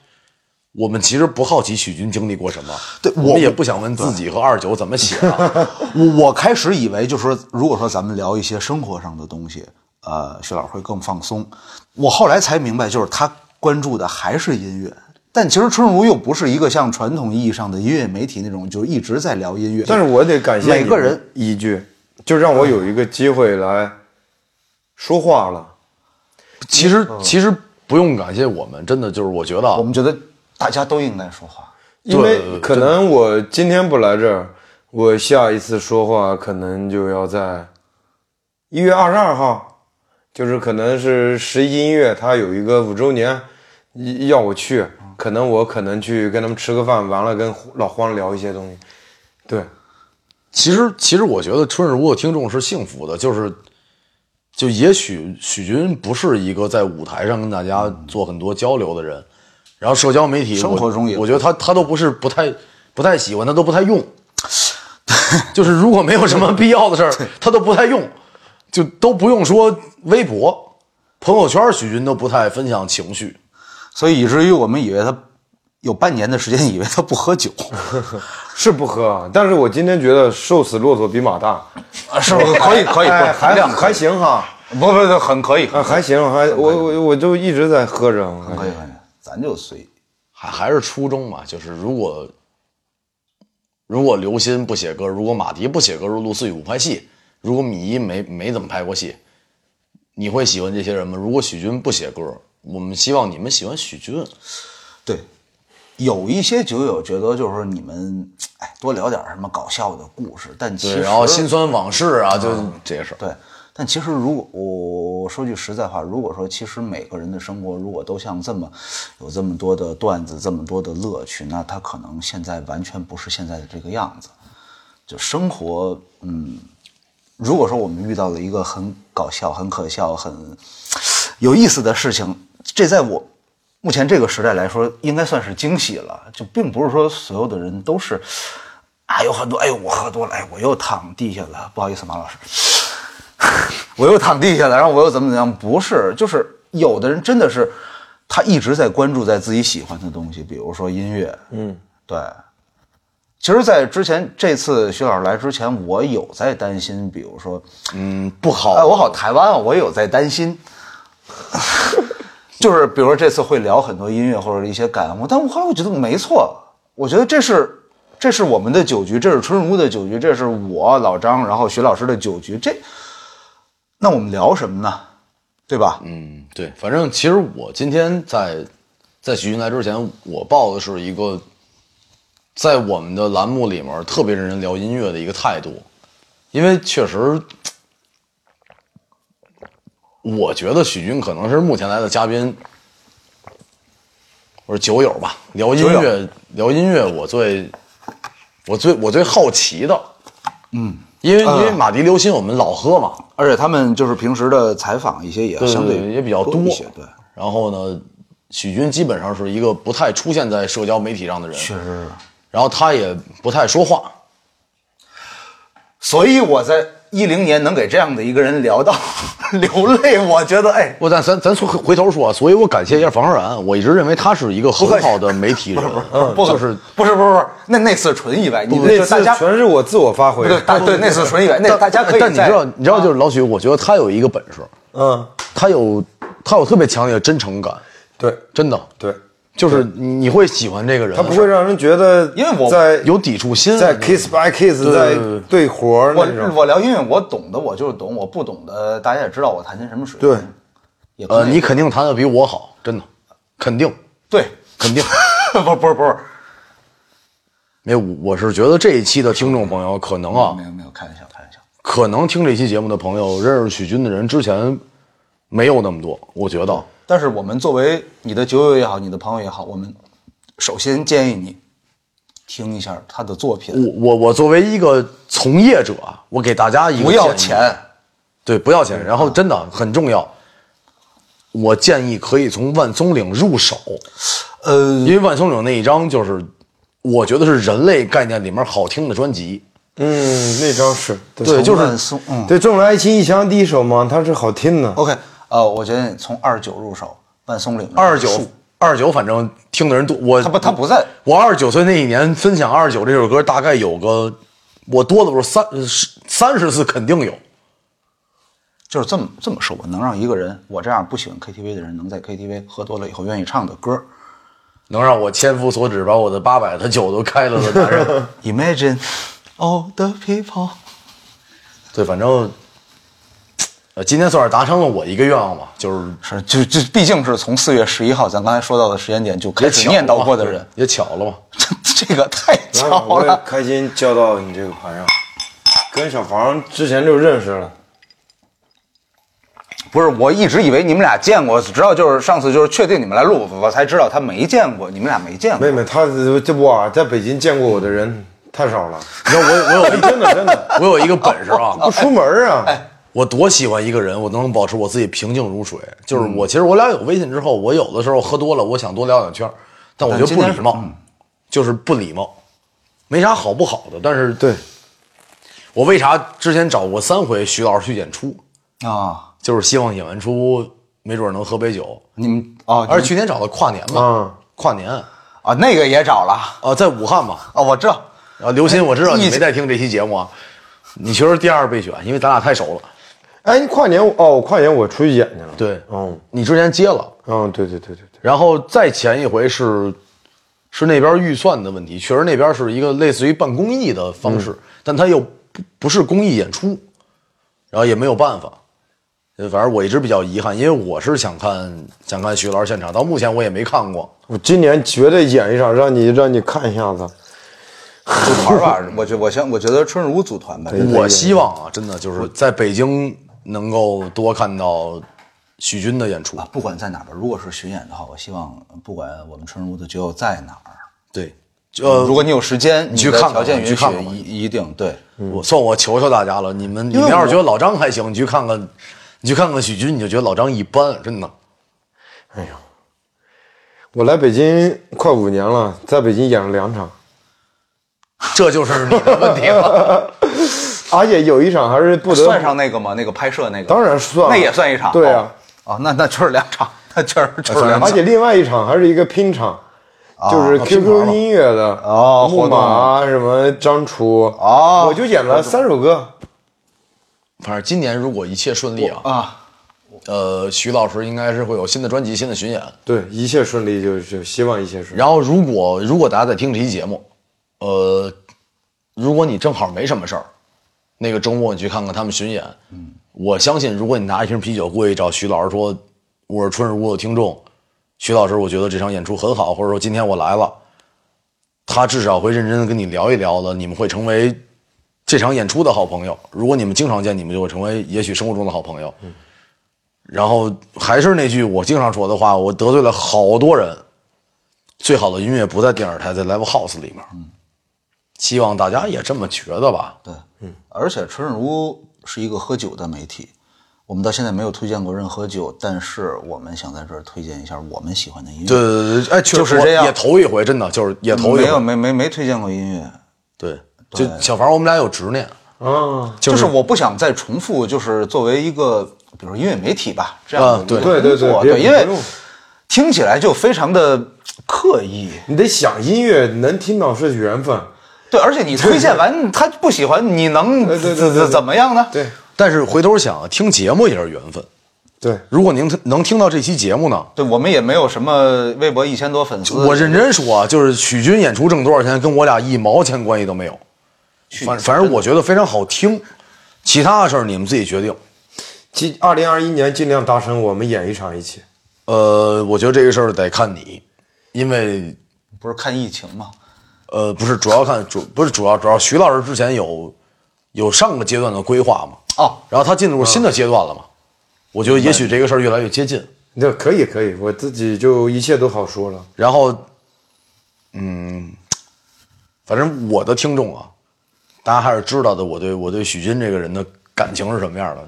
我们其实不好奇许军经历过什么，
对
我
我
们也不想问自己和二九怎么写啊的。
我我开始以为，就是说，如果说咱们聊一些生活上的东西，呃，薛老师会更放松。我后来才明白，就是他关注的还是音乐。但其实春如又不是一个像传统意义上的音乐媒体那种，就是一直在聊音乐。
但是我得感谢
每
你
个
们
人
一句，就让我有一个机会来说话了。
其实其实不用感谢我们，真的就是我觉得啊
嗯我们觉得大家都应该说话。
因为
对
可能我今天不来这儿，我下一次说话可能就要在一月二十二号，就是可能是十一音乐，它有一个五周年，一要我去，可能我可能去跟他们吃个饭，完了跟老黄聊一些东西。对，
其实，其实我觉得春日屋的听众是幸福的，就是，就也许许军不是一个在舞台上跟大家做很多交流的人，然后社交媒体我
生活中也
我觉得他他都不是不太不太喜欢，他都不太用， 就是如果没有什么必要的事儿，他都不太用，就都不用说微博、朋友圈，许军都不太分享情绪。
所以以至于我们以为他有半年的时间，以为他不喝酒，
是不喝啊，但是我今天觉得瘦死骆驼比马大，
是吧？ 可以，可以，
哎，
含
还
量
还行哈。
不不不，很可以，
啊，还行，还我我我就一直在喝着，啊我感
可以，
觉
可以，咱就随。
还还是初衷嘛，就是如果如果刘鑫不写歌，如果马迪不写歌，如果陆思雨不拍戏，如果米一没没怎么拍过戏，你会喜欢这些人吗？如果许军不写歌，我们希望你们喜欢许军。
对，有一些酒友觉得就是你们，哎，多聊点什么搞笑的故事，但其
对，
实嗯
然后心酸往事啊，就这些事儿。
对，但其实如果我我说句实在话，如果说其实每个人的生活如果都像这么有这么多的段子，这么多的乐趣，那他可能现在完全不是现在的这个样子。就生活，嗯，如果说我们遇到了一个很搞笑、很可笑、很有意思的事情，这在我目前这个时代来说，应该算是惊喜了。就并不是说所有的人都是。啊，有很多，哎呦，我喝多了，哎，我又躺地下了，不好意思，马老师，我又躺地下了，然后我又怎么怎么样？不是，就是有的人真的是，他一直在关注在自己喜欢的东西，比如说音乐，嗯，对。其实，在之前这次徐老师来之前，我有在担心，比如说，
嗯，不好。
哎，我好台湾啊，我有在担心， 就是比如说这次会聊很多音乐或者一些感悟，但我后来我觉得没错，我觉得这是这是我们的酒局，这是春如的酒局，这是我老张，然后徐老师的酒局，这那我们聊什么呢？对吧？
嗯，对，反正其实我今天在在许军来之前，我抱的是一个在我们的栏目里面特别认真聊音乐的一个态度，因为确实，我觉得许军可能是目前来的嘉宾，我说酒友吧，聊音
酒
乐聊音乐，我最我最我最好奇的，嗯，因为因为马迪、刘鑫我们老喝嘛，
而且他们就是平时的采访一些也
对
相对
也比较
多一些，对，
然后呢，许军基本上是一个不太出现在社交媒体上的人，
确实是。
然后他也不太说话。
所以我在一零年能给这样的一个人聊到 流泪，我觉得哎，
不，但咱咱从回头说啊，所以我感谢一下房浩然，我一直认为他是一个很好的媒体人，嗯，
不哎
就是
不是不是不是，那那次纯意外，你
那
就大
次
家
全是我自我发挥
对。大对那次纯意外，那大家可以
但你
在啊
知道，你知道就是老许，我觉得他有一个本事，
嗯，
他有他有特别强烈的真诚感，
对
真的，
对，
就是你会喜欢这个人，
他不会让人觉得
因为我
在
有抵触心，
在 kiss by kiss 在对活儿那
我
种。
我聊音乐，我懂的我就是懂，我不懂的大家也知道我弹琴什么水平，
对，
也可
呃，
以
你肯定弹的比我好，真的，肯定
对，
肯定。
不是不是不是，
没有，哎我是觉得这一期的听众朋友可能啊
没，有没有，开玩笑开玩笑，
可能听这期节目的朋友认识许军的人之前没有那么多，我觉得
但是我们作为你的酒友也好，你的朋友也好，我们首先建议你听一下他的作品，
我我我作为一个从业者，啊我给大家一个
不要
建议，
钱，嗯
对，不要钱，然后真的很重要。我建议可以从万松岭入手，
呃
因为万松岭那一张就是我觉得是人类概念里面好听的专辑。
嗯，那张是
对就是
从万松嗯
对，纵容爱情一枪第一首嘛，它是好听的。
，OK，呃，我觉得你从二九入手，万松岭
二九，二九，反正听的人多。我
他不他不在
我二十九岁那一年分享《二十九》这首歌，大概有个我多的时候三呃十三十次肯定有。
就是这么这么说吧，能让一个人我这样不喜欢 KTV 的人，能在 KTV 喝多了以后愿意唱的歌
能让我千夫所指，把我的八百的酒都开了的男 人，
，Imagine all the people，
对，反正，呃，今天算是达成了我一个愿望吧，就是
是就就毕竟是从四月十一号咱刚才说到的时间点就开
也
始
巧
念
了
叨
嘛
过的人，
也巧了嘛。
这这个太
来吧
巧
我也
了。
开心交到你这个盘上，跟小房之前就认识了。
不是，我一直以为你们俩见过，直到就是上次就是确定你们来录，我才知道他没见过，你们俩没见过
妹。妹，她这哇，在北京见过我的人太少了，
你知道我我有一
真的真的
我有一个本事啊，
不
哦
出门啊。
哎
我多喜欢一个人，我都能保持我自己平静如水。就是我，其实我俩有微信之后，我有的时候喝多了，我想多聊两圈儿，但我觉得不礼貌，就是不礼貌，没啥好不好的。但是，
对，
我为啥之前找过三回徐老师去演出，
啊，
就是希望演完出没准能喝杯酒。
你们哦，
而且去年找的跨年嘛，
嗯
跨年
啊那个也找了
啊，在武汉嘛。
哦，我知道，
啊，刘鑫，我知道
哎
你
你
没在听这期节目啊，你其实第二备选，因为咱俩太熟了。
哎，你跨年哦，跨年我出去演去了。，
对，
嗯
你之前接了。
嗯，对对对对对，
然后再前一回是，是那边预算的问题，确实那边是一个类似于办公益的方
嗯
式，但他又不不是公益演出，然后也没有办法。呃反正我一直比较遗憾，因为我是想看想看徐老师现场，到目前我也没看过。
我今年绝对演一场，让你让你看一下子。
组团吧，我觉我想我觉得春如组团吧，
我希望啊，真的就是在北京能够多看到许军的演出
啊。，不管在哪儿吧，如果是巡演的话，我希望不管我们春如的酒友在哪儿，
对，呃，
如果你有时间，
你去
你的
看看
条件
吧
允
去看看吧
许，一一定对。
我算我求求大家了，你们你
嗯因为
们要
我
是觉得老张还行，你去看看，你去看看许军，你就觉得老张一般，真的。
哎我来北京快五年了，在北京演了两场，
这就是你的问题 了。
而且有一场还是不得
算上那个吗？那个拍摄那个，
当然算了
那也算一场。
对啊
哦，哦那那就是两场，那确实就是两
而
场。啊
且另外一场还是一个拼场，就是 QQ 音乐的
哦
木
活动
马啊什么张楚
哦
我就演了三首歌，
反正今年如果一切顺利啊，
啊，
呃，徐老师应该是会有新的专辑、新的巡演。
对，一切顺利就就希望一切顺利。
然后，如果如果大家在听这期节目，呃，如果你正好没什么事儿，那个周末你去看看他们巡演，嗯，我相信，如果你拿一瓶啤酒过去找徐老师说，我是春日屋的听众，徐老师，我觉得这场演出很好，或者说今天我来了，他至少会认真的跟你聊一聊的，你们会成为这场演出的好朋友。如果你们经常见，你们就会成为也许生活中的好朋友。然后还是那句我经常说的话，我得罪了好多人。最好的音乐不在电视台，在 live house 里面。希望大家也这么觉得吧。
对，嗯，而且春日屋是一个喝酒的媒体，我们到现在没有推荐过任何酒，但是我们想在这儿推荐一下我们喜欢的音乐。
对，对
嗯
对，哎，确实
就是这样嗯
也头一回，真的就是也头一回。
没有没没没推荐过音乐，
对，就小房，我们俩有执念，
啊，
就是、我不想再重复，就是作为一个比如说音乐媒体吧，这样的
啊对
一
对
个
对
工
对，
作
别
对，因为
不用
听起来就非常的刻意。
你得想音乐能听到是缘分，
对，而且你推荐完他不喜欢，你能
对对对
怎
对对
怎怎么样呢？
对
但是回头想，听节目也是缘分。
对，
如果您能听到这期节目呢，
对，我们也没有什么微博一千多粉丝，
我认真说啊，就是许军演出挣多少钱，跟我俩一毛钱关系都没有。反反正我觉得非常好听，其他的事儿你们自己决定。
今二零二一年尽量达成我们演一场一起。
呃，我觉得这个事儿得看你，因为
不是看疫情嘛，
呃，不是主要看主不是主要主要徐老师之前有有上个阶段的规划嘛，
哦，
然后他进入新的阶段了嘛，我觉得也许这个事儿越来越接近，
那可以可以，我自己就一切都好说了。
然后，嗯，反正我的听众啊，大家还是知道的，我对我对许军这个人的感情是什么样的，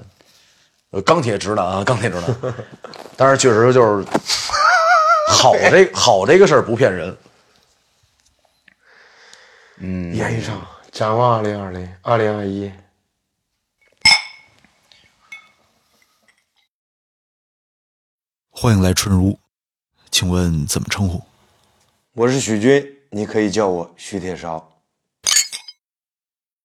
呃，钢铁直男啊，钢铁直男，但是确实就是 好这好这个事儿不骗人，
嗯，演一场，展望二零二零、二零二一。
欢迎来春如，请问怎么称呼？
我是许军，你可以叫我徐铁勺。